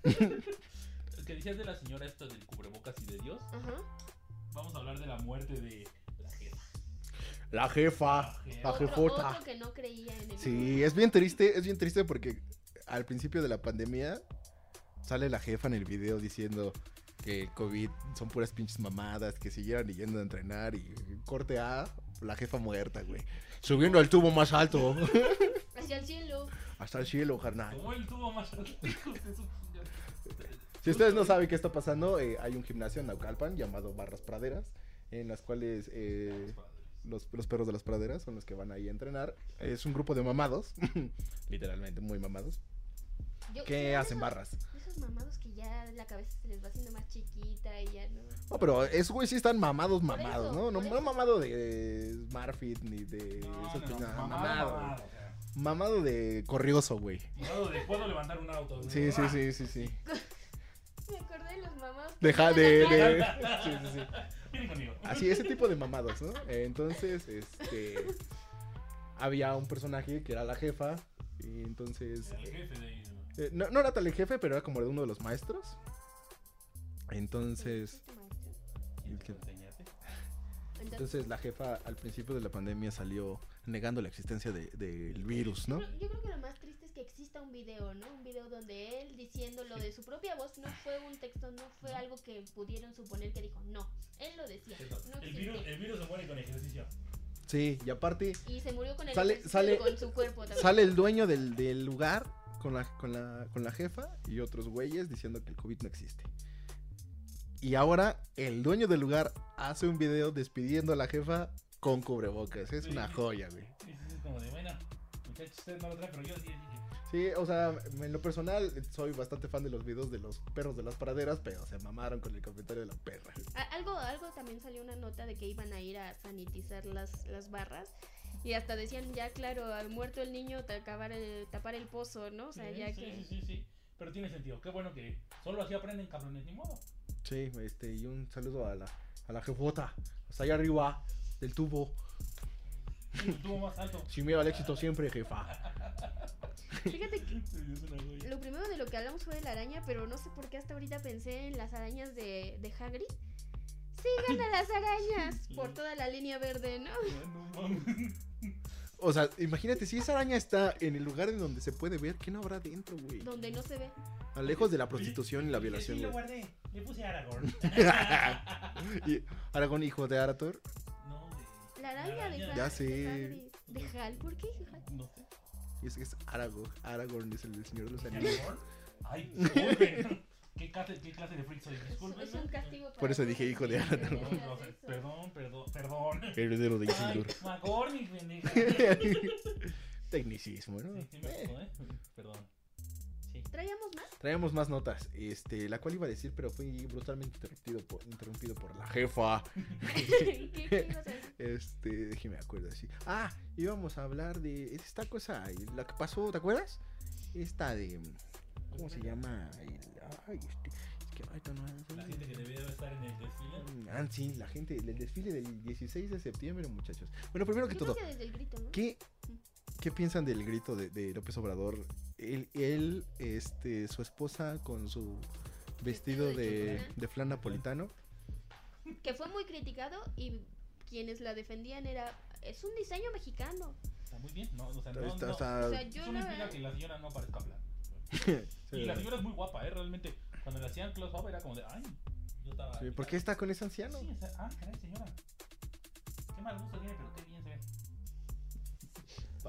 S4: que decías de la señora esto del cubrebocas y de Dios.
S3: Ajá.
S4: Vamos a hablar de la muerte de la jefa.
S2: La jefa. La
S3: Otro,
S2: jefota.
S3: otro que no creía en el.
S2: Sí, es bien triste, es bien triste porque al principio de la pandemia sale la jefa en el video diciendo que el COVID son puras pinches mamadas, que siguieron yendo a entrenar y corte A, la jefa muerta, güey. Subiendo al tubo más alto, [LAUGHS]
S3: Hacia el cielo.
S2: hasta el cielo, carnal.
S4: [LAUGHS] Tomó el tubo más alto. hijos de su chingada.
S2: Si ustedes no saben qué está pasando, eh, hay un gimnasio en Naucalpan llamado Barras Praderas, en las cuales eh, los, los perros de las praderas son los que van ahí a entrenar. Es un grupo de mamados, [LAUGHS] literalmente muy mamados,
S3: Yo-
S2: que
S3: yo
S2: hacen
S3: esos-
S2: barras.
S3: Esos mamados que ya la cabeza se les va haciendo más chiquita y ya no.
S2: No, pero esos güey sí están mamados,
S3: Por
S2: mamados,
S3: eso,
S2: ¿no? No,
S3: por
S2: no
S3: eso.
S2: mamado de Smartfit ni de... esas
S4: No, no,
S2: cosas, mamado.
S4: no, mamado, mamado, o sea,
S2: Mamado de corrioso, güey.
S4: tirado de puedo levantar un auto. ¿no?
S2: Sí, sí,
S4: Ah,
S2: sí, sí, sí.
S3: Me acordé de los mamados. que
S2: Deja de...
S3: iban a la
S2: de- Sí, sí, sí.
S4: Vienen Ah, conmigo.
S2: Así, ese tipo de mamados, ¿no? Eh, Entonces, este. Había un personaje que era la jefa. Y entonces.
S4: El jefe de ahí, ¿no?
S2: eh, no, no era tal el jefe, pero era como de uno de los maestros. Entonces.
S3: ¿Fuiste maestro?
S4: ¿Quién
S2: El que-
S4: te enseñaste?
S3: Entonces,
S2: Entonces, la jefa al principio de la pandemia salió negando la existencia de- del virus, ¿no?
S3: yo- Yo creo que lo más triste es que exista un video, ¿no? Un video donde él diciéndolo de su propia voz no fue un texto, no fue algo que pudieron suponer que dijo, no, él lo decía. No
S4: El virus,
S3: existe.
S4: el virus se muere con ejercicio.
S2: Sí, y aparte,
S3: Y se murió con el
S2: Sale-
S3: ejercicio,
S2: sale-
S3: con su cuerpo también.
S2: sale el dueño del, del lugar con la, con, la, con la jefa y otros güeyes diciendo que el COVID no existe. Y ahora el dueño del lugar hace un video despidiendo a la jefa con cubrebocas. Es una joya, güey.
S4: Sí, sí, sí, como de, bueno, muchachos, ustedes no lo traen, pero yo sí. así
S2: Sí, o sea, en lo personal soy bastante fan de los videos de los perros de las praderas, pero se mamaron con el comentario de la perra.
S3: A- Algo, algo también salió una nota de que iban a ir a sanitizar las, las barras. Y hasta decían, ya claro, al muerto el niño, ta- acabar el- tapar el pozo, ¿no? O sea,
S4: que-
S3: ya
S4: sí,
S3: que.
S4: sí, sí, sí. Pero tiene sentido. Qué bueno que solo así aprenden, cabrones, ni modo.
S2: Sí, este, y un saludo a la, a la jefota. Hasta allá arriba del tubo.
S4: Sí, Estuvo más alto.
S2: Si mira el éxito siempre, jefa.
S3: Fíjate que
S4: Sí, es una joya.
S3: lo primero de lo que hablamos fue de la araña, pero no sé por qué hasta ahorita pensé en las arañas de, de Hagrid. Sigan
S4: [LAUGHS]
S3: a las arañas por toda la línea verde, ¿no?
S4: No mames.
S2: O sea, imagínate, si esa araña está en el lugar en donde se puede ver, ¿qué no habrá dentro, güey?
S3: Donde no se ve.
S2: A lejos de la prostitución y la violación,
S4: Sí, lo
S2: güey.
S4: guardé. Le puse Aragorn.
S2: Y Aragón, hijo de Arator.
S4: No, güey.
S3: La araña de Hagrid.
S2: Ya sé.
S3: de Hagrid. ¿De Hal? ¿Por qué?
S4: No sé.
S2: Es que es Aragorn. Aragorn es el, del señor de los anillos.
S4: ¿Aragorn? Ay, disculpen. ¿Qué clase, ¿Qué clase de freak soy?
S3: Es un-
S4: Disculpen.
S3: Es un castigo para
S2: Por eso
S3: todos
S2: dije,
S3: los
S2: hijo de
S3: niños que
S2: Ana,
S3: hacen
S4: No, no,
S3: eso.
S4: Perdón, perdón, perdón.
S2: [LAUGHS] Heredero de
S4: Ay,
S2: Isildur.
S4: McGormick, pendeja.
S2: [LAUGHS] Tecnicismo, ¿no?
S4: Sí, me
S2: Eh,
S4: gustó, ¿eh? Perdón. Sí.
S3: ¿Traíamos más?
S2: traemos más notas. Este, la cual iba a decir, pero fui brutalmente interrumpido por, interrumpido por la [LAUGHS] jefa.
S3: ¿Qué, qué ibas a decir?
S2: Este, déjeme acuerdo así. Ah, íbamos a hablar de esta cosa, la que pasó, ¿te acuerdas? Esta de. ¿Cómo se llama? El- ay, este. Es que ahorita no.
S4: La gente que debió estar en el desfile.
S2: Ah, sí, la gente, el desfile del 16 de septiembre, muchachos. Bueno, primero que
S3: Yo
S2: todo,
S3: creo que desde el grito, ¿no?
S2: ¿qué, qué piensan del grito de, de López Obrador? Él, él, este, su esposa con su vestido de, de flan napolitano.
S3: Que fue muy criticado y quienes la defendían era... Es un diseño mexicano.
S4: Está muy bien. No, o sea, no,
S2: Está-
S4: no.
S2: está-
S3: O
S2: [LAUGHS]
S3: sea, yo
S4: Eso no
S3: la
S4: implica
S3: verdad...
S4: que la señora no parezca plan. Y la señora es muy guapa, ¿eh? Realmente, cuando le hacían close up era como de, ay, yo estaba...
S2: Sí, ¿Por qué está con ese anciano?
S4: Sí, o sea, ah, caray, señora. Qué mal gusto tiene, pero qué bien se ve.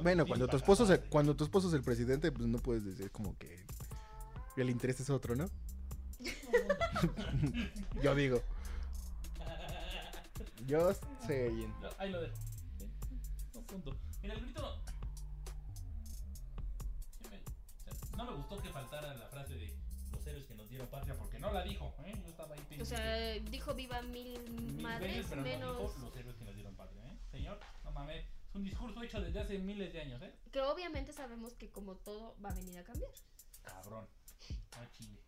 S2: Bueno,
S4: Sí,
S2: cuando tu
S4: para-
S2: esposo se-
S4: para-
S2: cuando tu esposo es el presidente, pues no puedes decir como que el interés es otro, ¿no? Yo digo, yo sé bien.
S4: No, ahí lo dejo. Sí, No punto. Mira, el grito. no- Sí me- o sea, No me gustó que faltara la frase de los héroes que nos dieron patria porque no la dijo, ¿eh? Yo estaba ahí
S3: O
S4: pendiente.
S3: sea, dijo viva mil
S4: Mil veces,
S3: madres
S4: pero no
S3: menos...
S4: dijo los héroes que nos dieron patria, ¿eh? Señor, no mames. Es un discurso hecho desde hace miles de años, ¿eh?
S3: Que obviamente sabemos que como todo va a venir a cambiar.
S4: Cabrón. Ah, chile.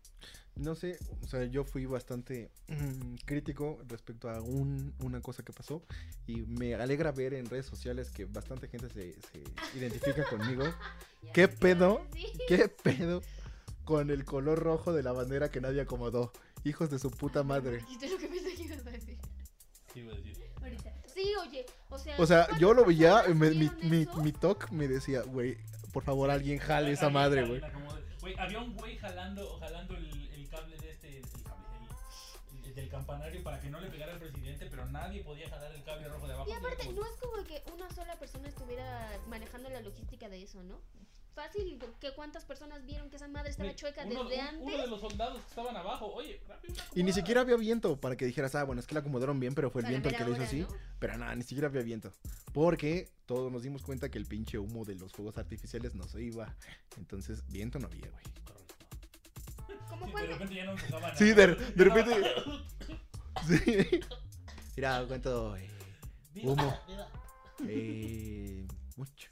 S2: No sé, o sea, yo fui bastante mm, crítico respecto a un- una cosa que pasó y me alegra ver en redes sociales que bastante gente se, se identifica conmigo.
S3: Ya
S2: ¿Qué
S3: sé
S2: pedo?
S3: vas a decir.
S2: ¿Qué pedo con el color rojo de la bandera que nadie acomodó? Hijos de su puta madre.
S3: Dijiste lo que pensé que ibas a decir
S4: ¿Qué iba a decir?
S3: ahorita. Sí, oye, o sea...
S2: O sea, yo lo veía,
S3: ¿cuántas
S2: me- mi,
S3: personas
S2: mi,
S3: vieron
S2: mi
S3: eso?
S2: talk me decía, güey, por favor alguien jale esa Ah,
S4: Alguien,
S2: madre,
S4: alguien
S2: güey.
S4: acomode. Güey, había un güey jalando, jalando el, el cable de este, el cable, el- el del campanario para que no le pegara al presidente, pero nadie podía jalar el cable rojo de abajo.
S3: pues, Y aparte, no es como que una sola persona estuviera manejando la logística de eso, ¿no? fácil que cuántas personas vieron que esa madre estaba
S4: Me-
S3: chueca
S4: uno-
S3: desde
S4: un-
S3: antes.
S4: Uno de los soldados que estaban abajo, oye, rápido. una
S2: Y ni
S4: acomodada.
S2: siquiera había viento para que dijeras, ah, bueno, es que la acomodaron bien, pero fue el
S3: a la
S2: viento el que
S3: mera
S2: le hizo así.
S3: hora, ¿no?
S2: Pero nada, ni siquiera había viento. Porque todos nos dimos cuenta que el pinche humo de los fuegos artificiales no se iba. Entonces, viento no había, güey.
S4: Correcto.
S3: Como
S4: Sí, de
S3: cuando-
S4: repente ya no tocaba nada.
S2: Sí, de, de repente. [LAUGHS] Sí. Mira, cuánto. eh, humo. eh, mucho.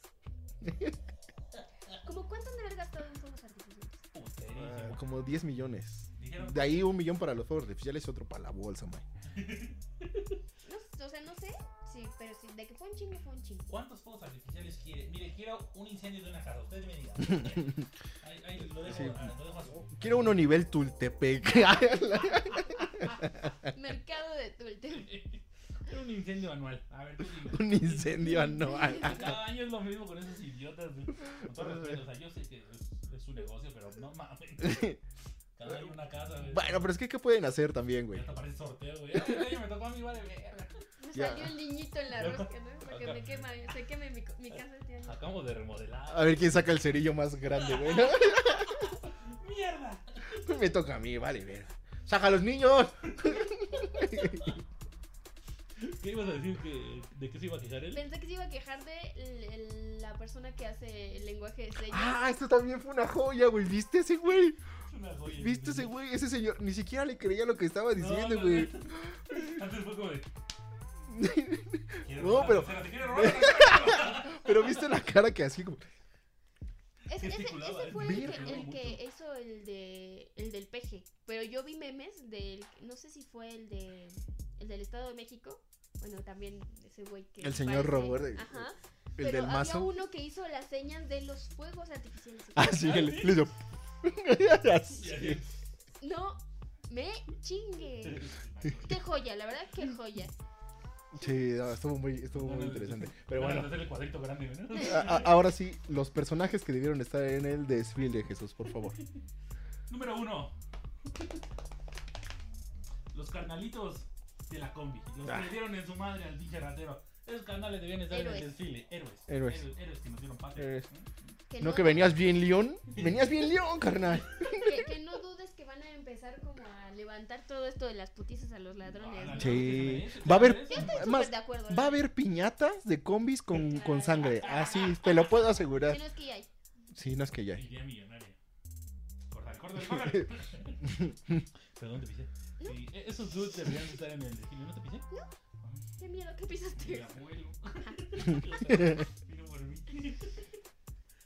S3: como cuánto han de haber gastado en fuegos artificiales.
S2: Ah,
S4: Puterísimo.
S2: como 10 millones.
S4: Dijeron-
S2: De ahí un millón para los fuegos artificiales y otro para la bolsa, man.
S3: No, s- o sea, no sé, sí, pero sí, de que fue un chingo, fue un
S2: [LAUGHS]
S3: chingo.
S4: ¿Cuántos fuegos artificiales quiere? Mire, quiero un incendio de una casa. Ustedes me digan.
S2: [LAUGHS]
S4: Ahí, ahí lo dejo,
S2: Sí.
S4: ah, lo dejo a su-
S2: Quiero uno nivel Tultepec. [LAUGHS]
S3: Mercado de Tultepec.
S4: Quiero un incendio anual. A ver, tú dime.
S2: un incendio anual.
S4: Cada año es lo mismo con esos idiotas. güey. Con todo respeto, o sea, yo sé que es, es su negocio, pero no mames. Cada año una casa, güey.
S2: Bueno, pero es que, ¿qué pueden hacer también,
S4: Ya
S2: güey?
S4: hasta parece sorteo, güey. Ah, este año me tocó a mí, vale, verga.
S3: Me
S2: Ya.
S3: salió el niñito en la rosca, ¿no? Porque
S4: Acá.
S3: me quema, se queme mi, co- mi
S4: Ah.
S3: casa este año.
S4: Acabamos de remodelar.
S2: A ver quién saca el cerillo más grande, güey. [LAUGHS] Este
S4: ¡Mierda!
S2: Me toca a mí, vale, ver. ¡Saca a los niños!
S4: ¿Qué ibas a decir? Que, ¿De qué se iba a quejar él?
S3: Pensé que se iba a quejar de el- el- la persona que hace el lenguaje de señas.
S2: Ah, esto también fue una joya, güey. ¿Viste ese güey?
S4: Es una joya.
S2: ¿Viste ese güey? Ese señor ni siquiera le creía lo que estaba
S4: No,
S2: diciendo,
S4: no,
S2: güey.
S4: no. Antes fue como
S2: [LAUGHS]
S4: de. "¿Quieres
S2: No,
S4: robar la
S2: pero-
S4: tercera? ¿Te quieres
S2: [LAUGHS]
S4: robar la
S2: Pero viste la cara que así como.
S3: Es- ese,
S4: gesticulaba,
S3: ese fue
S4: ¿eh?
S3: el que,
S4: Verga.
S3: el que hizo el de el del peje. Pero yo vi memes del no sé si fue el de el del Estado de México. Bueno, también ese güey que
S2: El señor Robert, el
S3: Ajá.
S2: El
S3: pero
S2: del
S3: había
S2: mazo. Ah.
S3: uno que hizo las señas de los fuegos artificiales.
S2: Así que le, le hizo.
S4: tercera?"
S2: Así.
S4: Y así,
S3: No me chingue. Qué joya, la verdad qué joya.
S2: [LAUGHS] Sí, no, estuvo muy, estuvo muy interesante. Pero
S4: Ganas de
S2: bueno.
S4: hacer el cuadrito grande, ¿no?
S2: a- a- ahora sí, los personajes que debieron estar en el desfile de Jesús, por favor.
S4: Número uno. Los carnalitos de la combi. Los
S2: Ah.
S4: que le dieron en su madre al pinche ratero. Esos carnales debían estar en el
S3: Héroes.
S4: desfile. Héroes.
S2: Héroes.
S4: que nos dieron patria. ¿Eh?
S2: Héroes.
S3: Que
S2: ¿No que venías bien león? Venías bien león, carnal.
S3: que, que no dudes que van a empezar como a levantar todo esto de las putizas a los
S4: Ah,
S3: ladrones. ¿no?
S2: Sí. Va a haber-
S3: Súper
S2: Más,
S3: de acuerdo.
S2: va a haber piñatas de combis con, con sangre. Así, te lo puedo asegurar.
S3: Si no es que ya hay.
S2: Sí, no es que ya. hay.
S4: Idea millonaria. Corta, corta,
S2: [LAUGHS]
S4: corta. Perdón, te pisé. Sí, e- esos dudes deberían estar en el desfile. ¿No te pisé?
S3: Qué miedo, ¿qué
S4: Mi
S3: pisaste?
S4: abuelo. [LAUGHS] Vino por mí.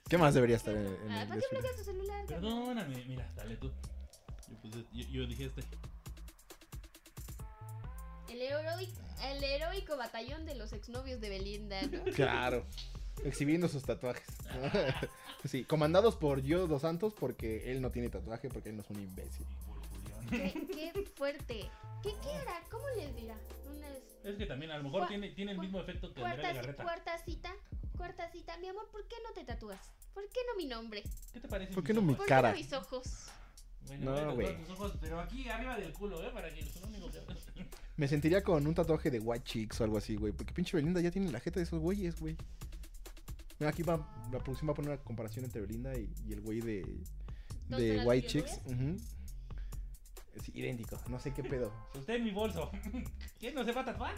S2: ¿Qué más debería estar en, en
S3: Ah,
S2: el
S3: ¿Para qué
S2: desfile?
S3: bloqueas tu celular? cabrón?
S4: Perdóname, mira, dale tú. Yo, puse- yo, yo dije este.
S3: El, heroico, el heroico batallón de los exnovios de Belinda, ¿no?
S2: [LAUGHS] Claro. Exhibiendo sus tatuajes. [LAUGHS] Sí, comandados por Yo dos Santos porque él no tiene tatuaje, porque él no es un imbécil.
S4: Y por Julián.
S3: Qué, qué fuerte. ¿Qué, qué hará? ¿Cómo les dirá? Unas
S4: Es que también a lo mejor
S3: Cua-
S4: tiene, tiene el
S3: cua-
S4: mismo efecto que Andrea
S3: cuarta, ci-
S4: Legarreta.
S3: cuarta cita, cuarta cita. Mi amor, ¿por qué no te tatúas? ¿Por qué no mi nombre?
S4: ¿Qué te parece?
S2: ¿Por
S4: mis
S2: qué no me-
S4: ojos?
S3: ¿Por
S2: Cara.
S3: qué no mis ojos?
S4: Bueno,
S2: No,
S4: bueno,
S2: güey.
S4: todos tus ojos, pero aquí arriba del culo, ¿eh? Para que es lo único que.
S2: Me sentiría con un tatuaje de White Chicks o algo así, güey. Porque pinche Belinda ya tiene la jeta de esos güeyes, güey. Mira, aquí va, la producción va a poner una comparación entre Belinda y, y el güey de,
S3: ¿Dos
S2: de
S3: horas
S2: White
S3: y
S2: Chicks. Ujú. Es idéntico, no sé qué pedo.
S4: Usted en mi bolso. [LAUGHS] ¿Quién no se va a tatuar?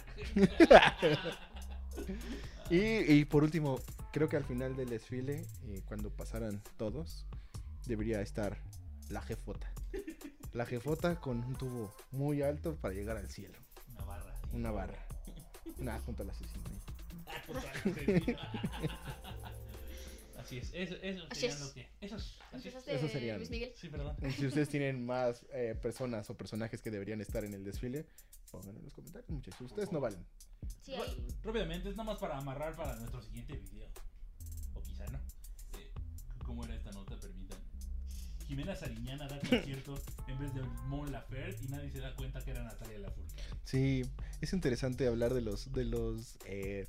S2: Y, y por último, creo que al final del desfile, eh, cuando pasaran todos, debería estar la jefota. La jefota con un tubo muy alto para llegar al cielo.
S4: Una barra.
S2: Una barra. Nada, junto al asesino. ahí.
S3: [LAUGHS]
S4: Ah, Así es, eso, eso
S3: Así
S4: serían
S3: es.
S4: los que. Esos, así es.
S3: Empezaste,
S2: Eso sería-
S3: Luis Miguel.
S4: Sí, perdón.
S2: [LAUGHS] Si ustedes tienen más eh, personas o personajes que deberían estar en el desfile, pónganlo en los comentarios, muchachos. Ustedes no valen.
S3: Sí, ahí.
S4: Rá- Rápidamente, es nada más para amarrar para nuestro siguiente video. O quizá no. Eh, ¿Cómo era esta nota? Permitan. Jimena Sariñana da concierto
S3: [LAUGHS]
S4: en vez de Mon Laferte y nadie se da cuenta que era Natalia Lafourcade.
S2: Sí, es interesante hablar de los, de los eh,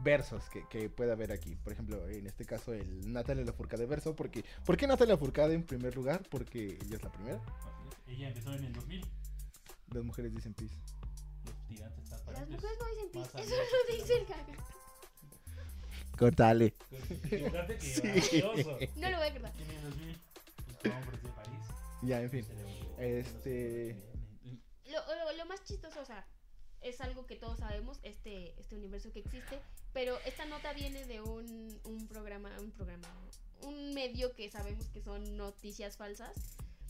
S2: versos que, que puede haber aquí. Por ejemplo, en este caso el Natalia Lafourcade verso, porque ¿por qué Natalia Lafourcade en primer lugar? Porque ella es la primera.
S4: Así es. Ella empezó en el 2000.
S2: Las mujeres dicen pis.
S4: Los tirantes
S3: Las [LAUGHS]
S4: transparentes.
S3: mujeres no dicen pis,
S4: Más
S3: eso
S4: amigos.
S3: lo dice el gaga.
S5: Cortale.
S3: [LAUGHS]
S4: Equivocarte que
S2: Sí.
S4: maravilloso.
S3: No lo voy a acordar.
S4: En el 2000, pues, hombres de París.
S2: Ya, en fin.
S4: Celebró-
S2: Este.
S3: Lo, lo- lo más chistoso, o sea, es algo que todos sabemos, este, este universo que existe, pero esta nota viene de un, un programa, un programa, un medio que sabemos que son noticias falsas.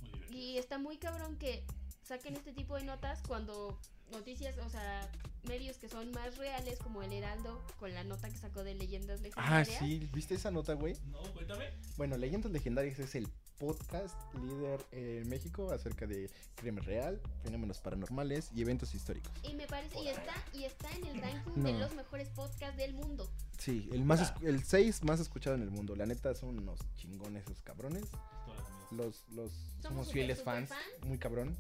S4: Muy divertido.
S3: Y está muy cabrón que saquen este tipo de notas cuando noticias, o sea, medios que son más reales, como el Heraldo, con la nota que sacó de Leyendas
S2: Ah,
S3: Legendarias.
S2: sí, ¿viste esa nota, güey?
S4: No, cuéntame.
S2: Bueno, Leyendas Legendarias es el podcast líder en México acerca de crimen real, fenómenos paranormales y eventos históricos.
S3: Y me parece, y está, y está en el ranking
S2: No.
S3: de los mejores podcasts del mundo.
S2: Sí, el más esc- el 6 más escuchado en el mundo. La neta son unos chingones esos cabrones.
S4: Todas las amigas.
S2: Los los somos,
S3: súper,
S2: fieles
S3: súper
S2: fans,
S3: fans.
S2: muy cabrón.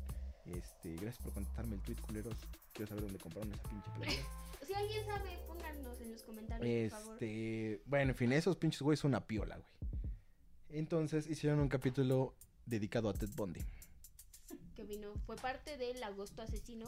S2: Este, gracias por contestarme el tweet, culeros. Quiero saber dónde compraron esa pinche playera.
S3: Si alguien sabe, pónganos en los comentarios, por favor.
S2: Este, bueno, en fin, esos pinches güeyes son una piola, güey. Entonces hicieron un capítulo dedicado a Ted Bundy
S3: que vino fue parte del agosto asesino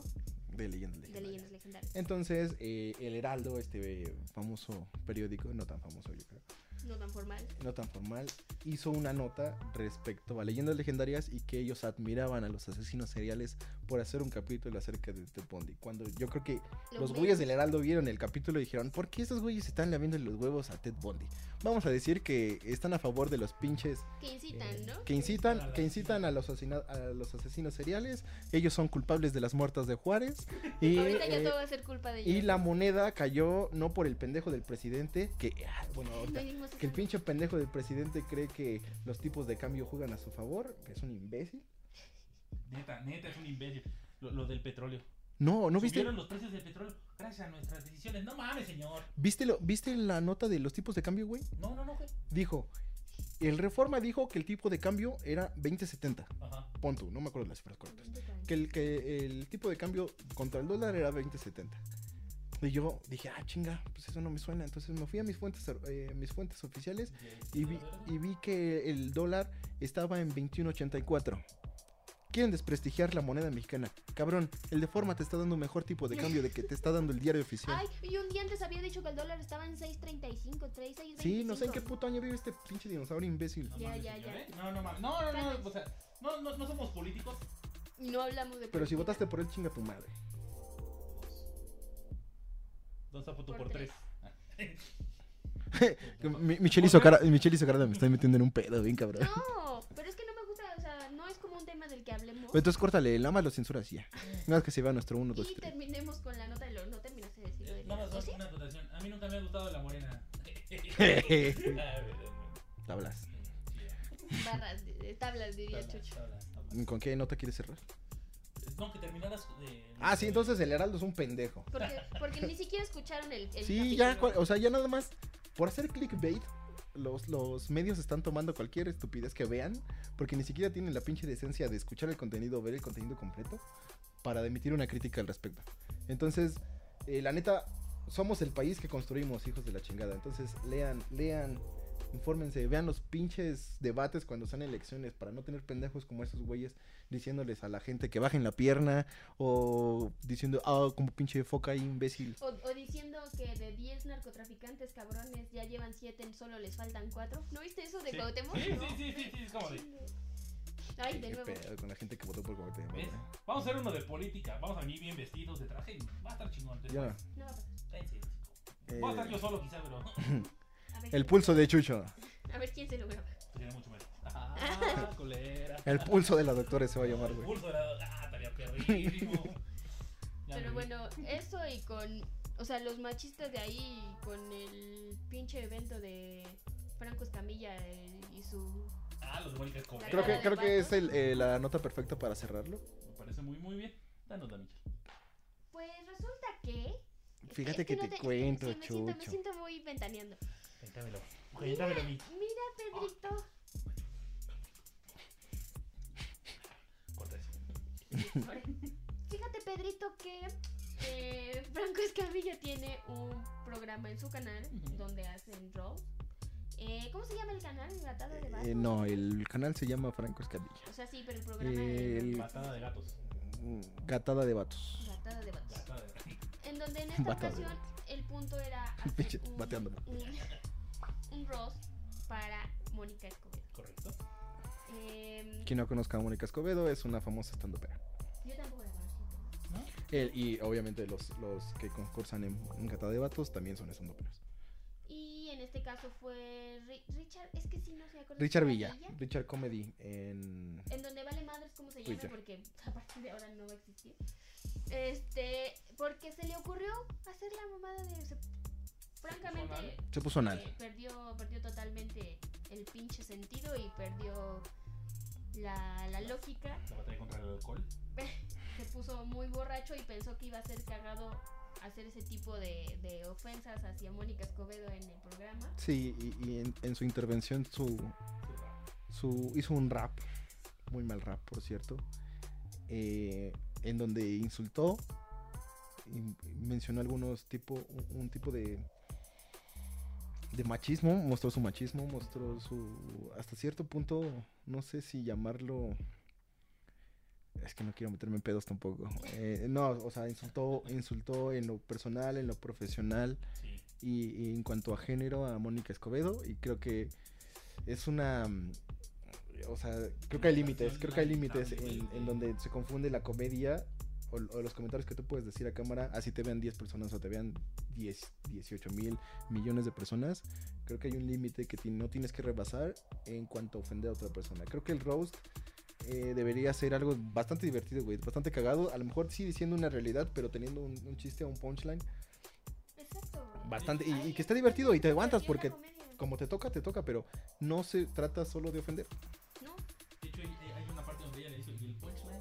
S2: de Leyendas
S3: de
S2: Legendarias.
S3: leyendas legendarias.
S2: Entonces, eh, el Heraldo, este eh, famoso periódico, no tan famoso yo creo,
S3: No tan formal.
S2: no tan formal, hizo una nota respecto a leyendas legendarias y que ellos admiraban a los asesinos seriales por hacer un capítulo acerca de Ted Bundy. Cuando yo creo que
S3: Lo
S2: los
S3: ven-
S2: güeyes del Heraldo vieron el capítulo y dijeron, ¿por qué estos güeyes están lamiendo los huevos a Ted Bundy? Vamos a decir que están a favor de los pinches
S3: que incitan,
S2: eh,
S3: ¿no?
S2: que incitan, que incitan a los, asesina- a los asesinos seriales, ellos son culpables de las muertas de Juárez y...
S3: Ahorita ya
S2: eh,
S3: todo va a ser culpa de ellos.
S2: y la moneda cayó no por el pendejo del presidente, que, ah, bueno, ahorita,
S3: No dijimos
S2: que el
S3: eso.
S2: pinche pendejo del presidente cree que los tipos de cambio juegan a su favor, que es un imbécil.
S4: Neta, neta, es un imbécil. Lo, lo del petróleo.
S2: No, ¿no viste?
S4: Subieron los precios del petróleo gracias a nuestras decisiones. No mames, señor.
S2: ¿Viste, lo, ¿Viste la nota de los tipos de cambio, güey?
S4: No, no, no, güey.
S2: Dijo, el Reforma dijo que el tipo de cambio era 2070,
S4: Ajá.
S2: pon tú, no me acuerdo las cifras cortas. Que el, que el tipo de cambio contra el dólar era 2070. Y yo dije, ah, chinga, pues eso no me suena. Entonces me fui a mis fuentes, eh, mis fuentes oficiales y vi, y vi que el dólar estaba en 21.84. Quieren desprestigiar la moneda mexicana. Cabrón, el de forma te está dando un mejor tipo de cambio de que te está dando el diario oficial.
S3: Ay, y un día antes había dicho que el dólar estaba en 6.35, 36,
S2: sí, no sé en qué puto año vive este pinche dinosaurio imbécil.
S4: No
S3: Ya,
S4: mames,
S3: ya,
S4: señor,
S3: ya.
S4: ¿eh? No, no mames. No, no, no. O sea, no, no, no somos políticos.
S3: Y no hablamos de
S2: Pero si
S3: política.
S2: votaste por él, chinga tu madre.
S4: Dos a puto
S3: Por
S4: por tres.
S2: Que Mi- Michelle hizo cara, Michelle hizo cara de me está metiendo en un pedo, bien cabrón.
S3: No, pero es que no me gusta, o sea, no es como un tema del que hablemos.
S2: Entonces córtale, el ama lo censura así. Nada más que se vea nuestro 1, 2 y
S3: Y
S2: 3.
S3: terminemos con la nota de lo. No terminaste de decir lo de
S4: Eh, Nada
S3: ¿O
S4: más
S3: sí?
S4: una votación. A mí nunca me ha gustado la
S2: [LAUGHS]
S4: morena. [LAUGHS] Ah, verdad,
S2: Tablas.
S3: Barras, de- tablas, diría
S4: no.
S3: Chucho.
S4: Tabla, tabla, tabla.
S2: ¿Con qué nota quieres cerrar?
S4: No, que terminaras de.
S2: Ah, sí, entonces el Heraldo es un pendejo.
S3: Porque, porque ni siquiera escucharon el. el
S2: Sí, ya,
S3: capítulo.
S2: cual- o sea, ya nada más por hacer clickbait, los, los medios están tomando cualquier estupidez que vean, porque ni siquiera tienen la pinche decencia de escuchar el contenido o ver el contenido completo para emitir una crítica al respecto. Entonces, eh, la neta, somos el país que construimos, hijos de la chingada. Entonces, lean, lean, infórmense, vean los pinches debates cuando sean elecciones para no tener pendejos como esos güeyes diciéndoles a la gente que bajen la pierna o diciendo, ah, como pinche foca ahí, imbécil.
S3: O, o diciendo que de 10 narcotraficantes cabrones ya llevan 7, solo les faltan 4. ¿No viste eso de
S4: Sí.
S3: Cuauhtémoc?
S4: Sí,
S3: No.
S4: sí, sí, sí, sí, es como de.
S3: Ay, de
S2: Qué
S3: nuevo.
S2: pedo con la gente que votó por Cuauhtémoc, ¿eh?
S4: ¿Ves?
S2: güey.
S4: Vamos a hacer uno de política. Vamos a venir bien vestidos de traje. y Va a estar chingón.
S2: Ya.
S4: después.
S3: No va a pasar.
S4: Cállense, hocico.
S2: Eh,
S4: Voy a estar yo solo, quizá, pero.
S3: A ver,
S2: el
S3: quién-
S2: pulso de Chucho.
S3: A ver quién se lo graba.
S4: Sería mucho menos. [LAUGHS] Ah, colera.
S2: El pulso de la doctora se va a llamar,
S4: El
S2: güey.
S4: pulso era. Ah, estaría perrísimo. Ya me
S3: Pero
S4: vi.
S3: bueno, eso y con. O sea, los machistas de ahí, y con el pinche evento de Franco Escamilla eh, y su.
S4: Ah, los igual que Escobar.
S2: Creo que, creo que es el, eh, la nota perfecta para cerrarlo.
S4: Me parece muy, muy bien. Danos la micha.
S3: Pues resulta que.
S2: Fíjate
S3: es
S2: que
S3: no
S2: te cuento,
S3: sí, me siento, me
S2: Chucho.
S3: siento muy ventaneando.
S4: Cuéntamelo.
S3: Mira,
S4: Cuéntamelo, micha.
S3: mira, Pedrito.
S4: Corta eso.
S3: Ahora, Fíjate, Pedrito, que eh, Franco Escamilla tiene un programa en su canal
S4: Ujú.
S3: donde hacen rolls. Eh, ¿Cómo se llama el canal? ¿Gatada de Vasos?
S2: Eh, no, el canal se llama Franco Escamilla.
S3: O sea, sí, pero el programa
S2: El-
S3: es
S4: Patada de gatos.
S2: Gatada de vatos.
S3: Gatada de Vatos.
S4: Patada de gatos.
S2: [LAUGHS]
S3: En donde en esta
S2: Bateando. [LAUGHS]
S3: ocasión el punto era hacer
S2: Pinche,
S3: un,
S2: bateando.
S3: un- un Ross para Mónica Escobedo.
S4: ¿correcto?
S3: Em,
S2: Quien no conozca a Mónica Escobedo es una famosa stand
S3: yo tampoco la conozco.
S4: ¿No?
S2: Y obviamente los, los que concursan en, en Cata de Vatos también son stand
S3: Y en este caso fue Ri- Richard, es que sí, no se acuerda.
S2: Richard Villa, Richard Comedy en...
S3: En donde vale madres cómo se llama,
S2: Twitter.
S3: porque [LAUGHS] a partir de ahora no va a existir. Este, porque se le ocurrió hacer la mamada de. se- francamente,
S4: mal.
S2: Se puso anal.
S3: eh, perdió, perdió totalmente el pinche sentido y perdió la, la lógica.
S4: La batalla contra el alcohol.
S3: Se puso muy borracho y pensó que iba a ser cagado hacer ese tipo de, de ofensas hacia Mónica Escobedo en el programa.
S2: Sí, y, y en, en su intervención su,
S4: Sí, va.
S2: su, hizo un rap, muy mal rap por cierto, eh, en donde insultó y mencionó algunos tipo, un, un tipo de, de machismo, mostró su machismo, mostró su, hasta cierto punto, no sé si llamarlo... Es que no quiero meterme en pedos tampoco. Eh, no, o sea, insultó, insultó en lo personal, en lo profesional,
S4: Sí.
S2: y, y en cuanto a género a Mónica Escobedo y creo que es una mm, o sea creo que hay límites creo que hay límites en, en donde se confunde la comedia o, o los comentarios que tú puedes decir a cámara así te vean 10 personas o te vean 10 18 mil millones de personas creo que hay un límite que ti- no tienes que rebasar en cuanto a ofender a otra persona creo que el roast eh, debería ser algo bastante divertido, güey. Bastante cagado. A lo mejor sí diciendo una realidad, pero teniendo un, un chiste o un punchline.
S3: Exacto. güey.
S2: Bastante. y-
S3: Ahí
S2: y que esté
S3: es
S2: divertido y te
S3: donde
S2: aguantas
S3: perdió
S2: porque
S3: la comedia.
S2: como te toca, te toca, pero no se trata solo de ofender.
S3: No,
S4: De hecho, hay, eh, hay una parte donde ella le dice, ¿y el punchline?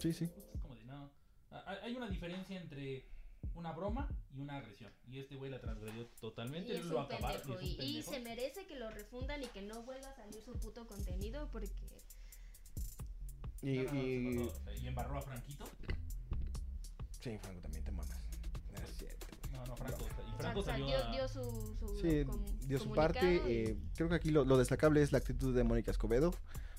S2: Sí, sí.
S4: Justo es como de no. Ah, Hay hay una diferencia entre una broma y una agresión. Y este güey la transgredió
S3: Y
S4: totalmente.
S3: es
S4: lo
S3: un
S4: acabaron.
S3: pendejo.
S4: y
S3: Y,
S4: es un
S3: y
S4: pendejo.
S3: se merece que lo refundan y que no vuelva a salir su puto contenido porque.
S2: Y,
S4: No, no, no, se
S2: y-
S4: pasó. Y embarró a Franquito.
S2: Sí, Franco, también te mamas. No es cierto.
S4: No, no, Franco. Y
S3: o sea,
S4: Franco salió
S3: dio,
S4: a-
S3: dio su. su
S2: Sí,
S3: com-
S2: de su
S3: comunicado
S2: parte,
S3: y-
S2: eh, creo que aquí lo, lo destacable es la actitud de Mónica Escobedo,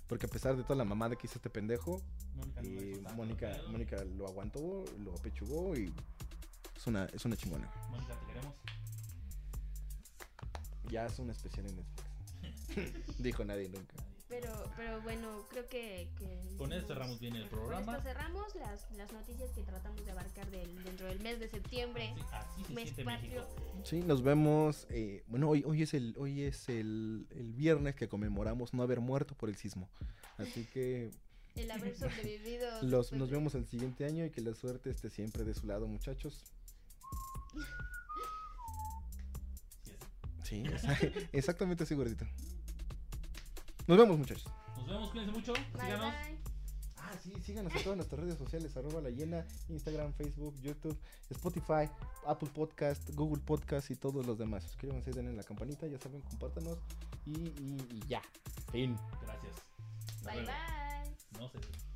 S2: porque a pesar de toda la mamada que hizo este pendejo,
S4: Mónica no
S2: eh,
S4: hizo tanto,
S2: Mónica,
S4: pero-
S2: Mónica lo aguantó, lo apechugó y es una, es una chingona.
S4: Mónica, te queremos.
S2: Ya es un especial en Netflix. [LAUGHS] Dijo nadie nunca.
S3: Pero, pero bueno, creo que. que
S4: Con
S3: nos-
S4: esto cerramos bien el
S3: ajá,
S4: programa.
S3: Con esto cerramos las, las noticias que tratamos de abarcar del, dentro del mes de septiembre.
S4: Sí, así se
S3: Mes
S4: siente
S3: patrio.
S4: México.
S2: Sí, nos vemos. eh, bueno, hoy, hoy es, el, hoy es el, el viernes que conmemoramos no haber muerto por el sismo. Así que
S3: El
S4: [LAUGHS]
S3: haber sobrevivido.
S2: los,
S3: pues,
S2: nos vemos el siguiente año y que la suerte esté siempre de su lado, muchachos.
S4: Sí,
S2: Sí,
S4: así.
S2: [LAUGHS] esa- exactamente así, gordito. Nos vemos, muchachos.
S4: Nos vemos, cuídense mucho.
S3: Bye,
S4: Síganos.
S3: bye.
S2: Ah, sí, síganos en todas nuestras redes sociales, arroba la llena, Instagram, Facebook, YouTube, Spotify, Apple Podcast, Google Podcast y todos los demás. Suscríbanse, denle a la campanita, ya saben, compártanos y, y- y ya. Fin.
S4: Gracias. Hasta
S3: Bye,
S4: luego.
S3: bye.
S4: No se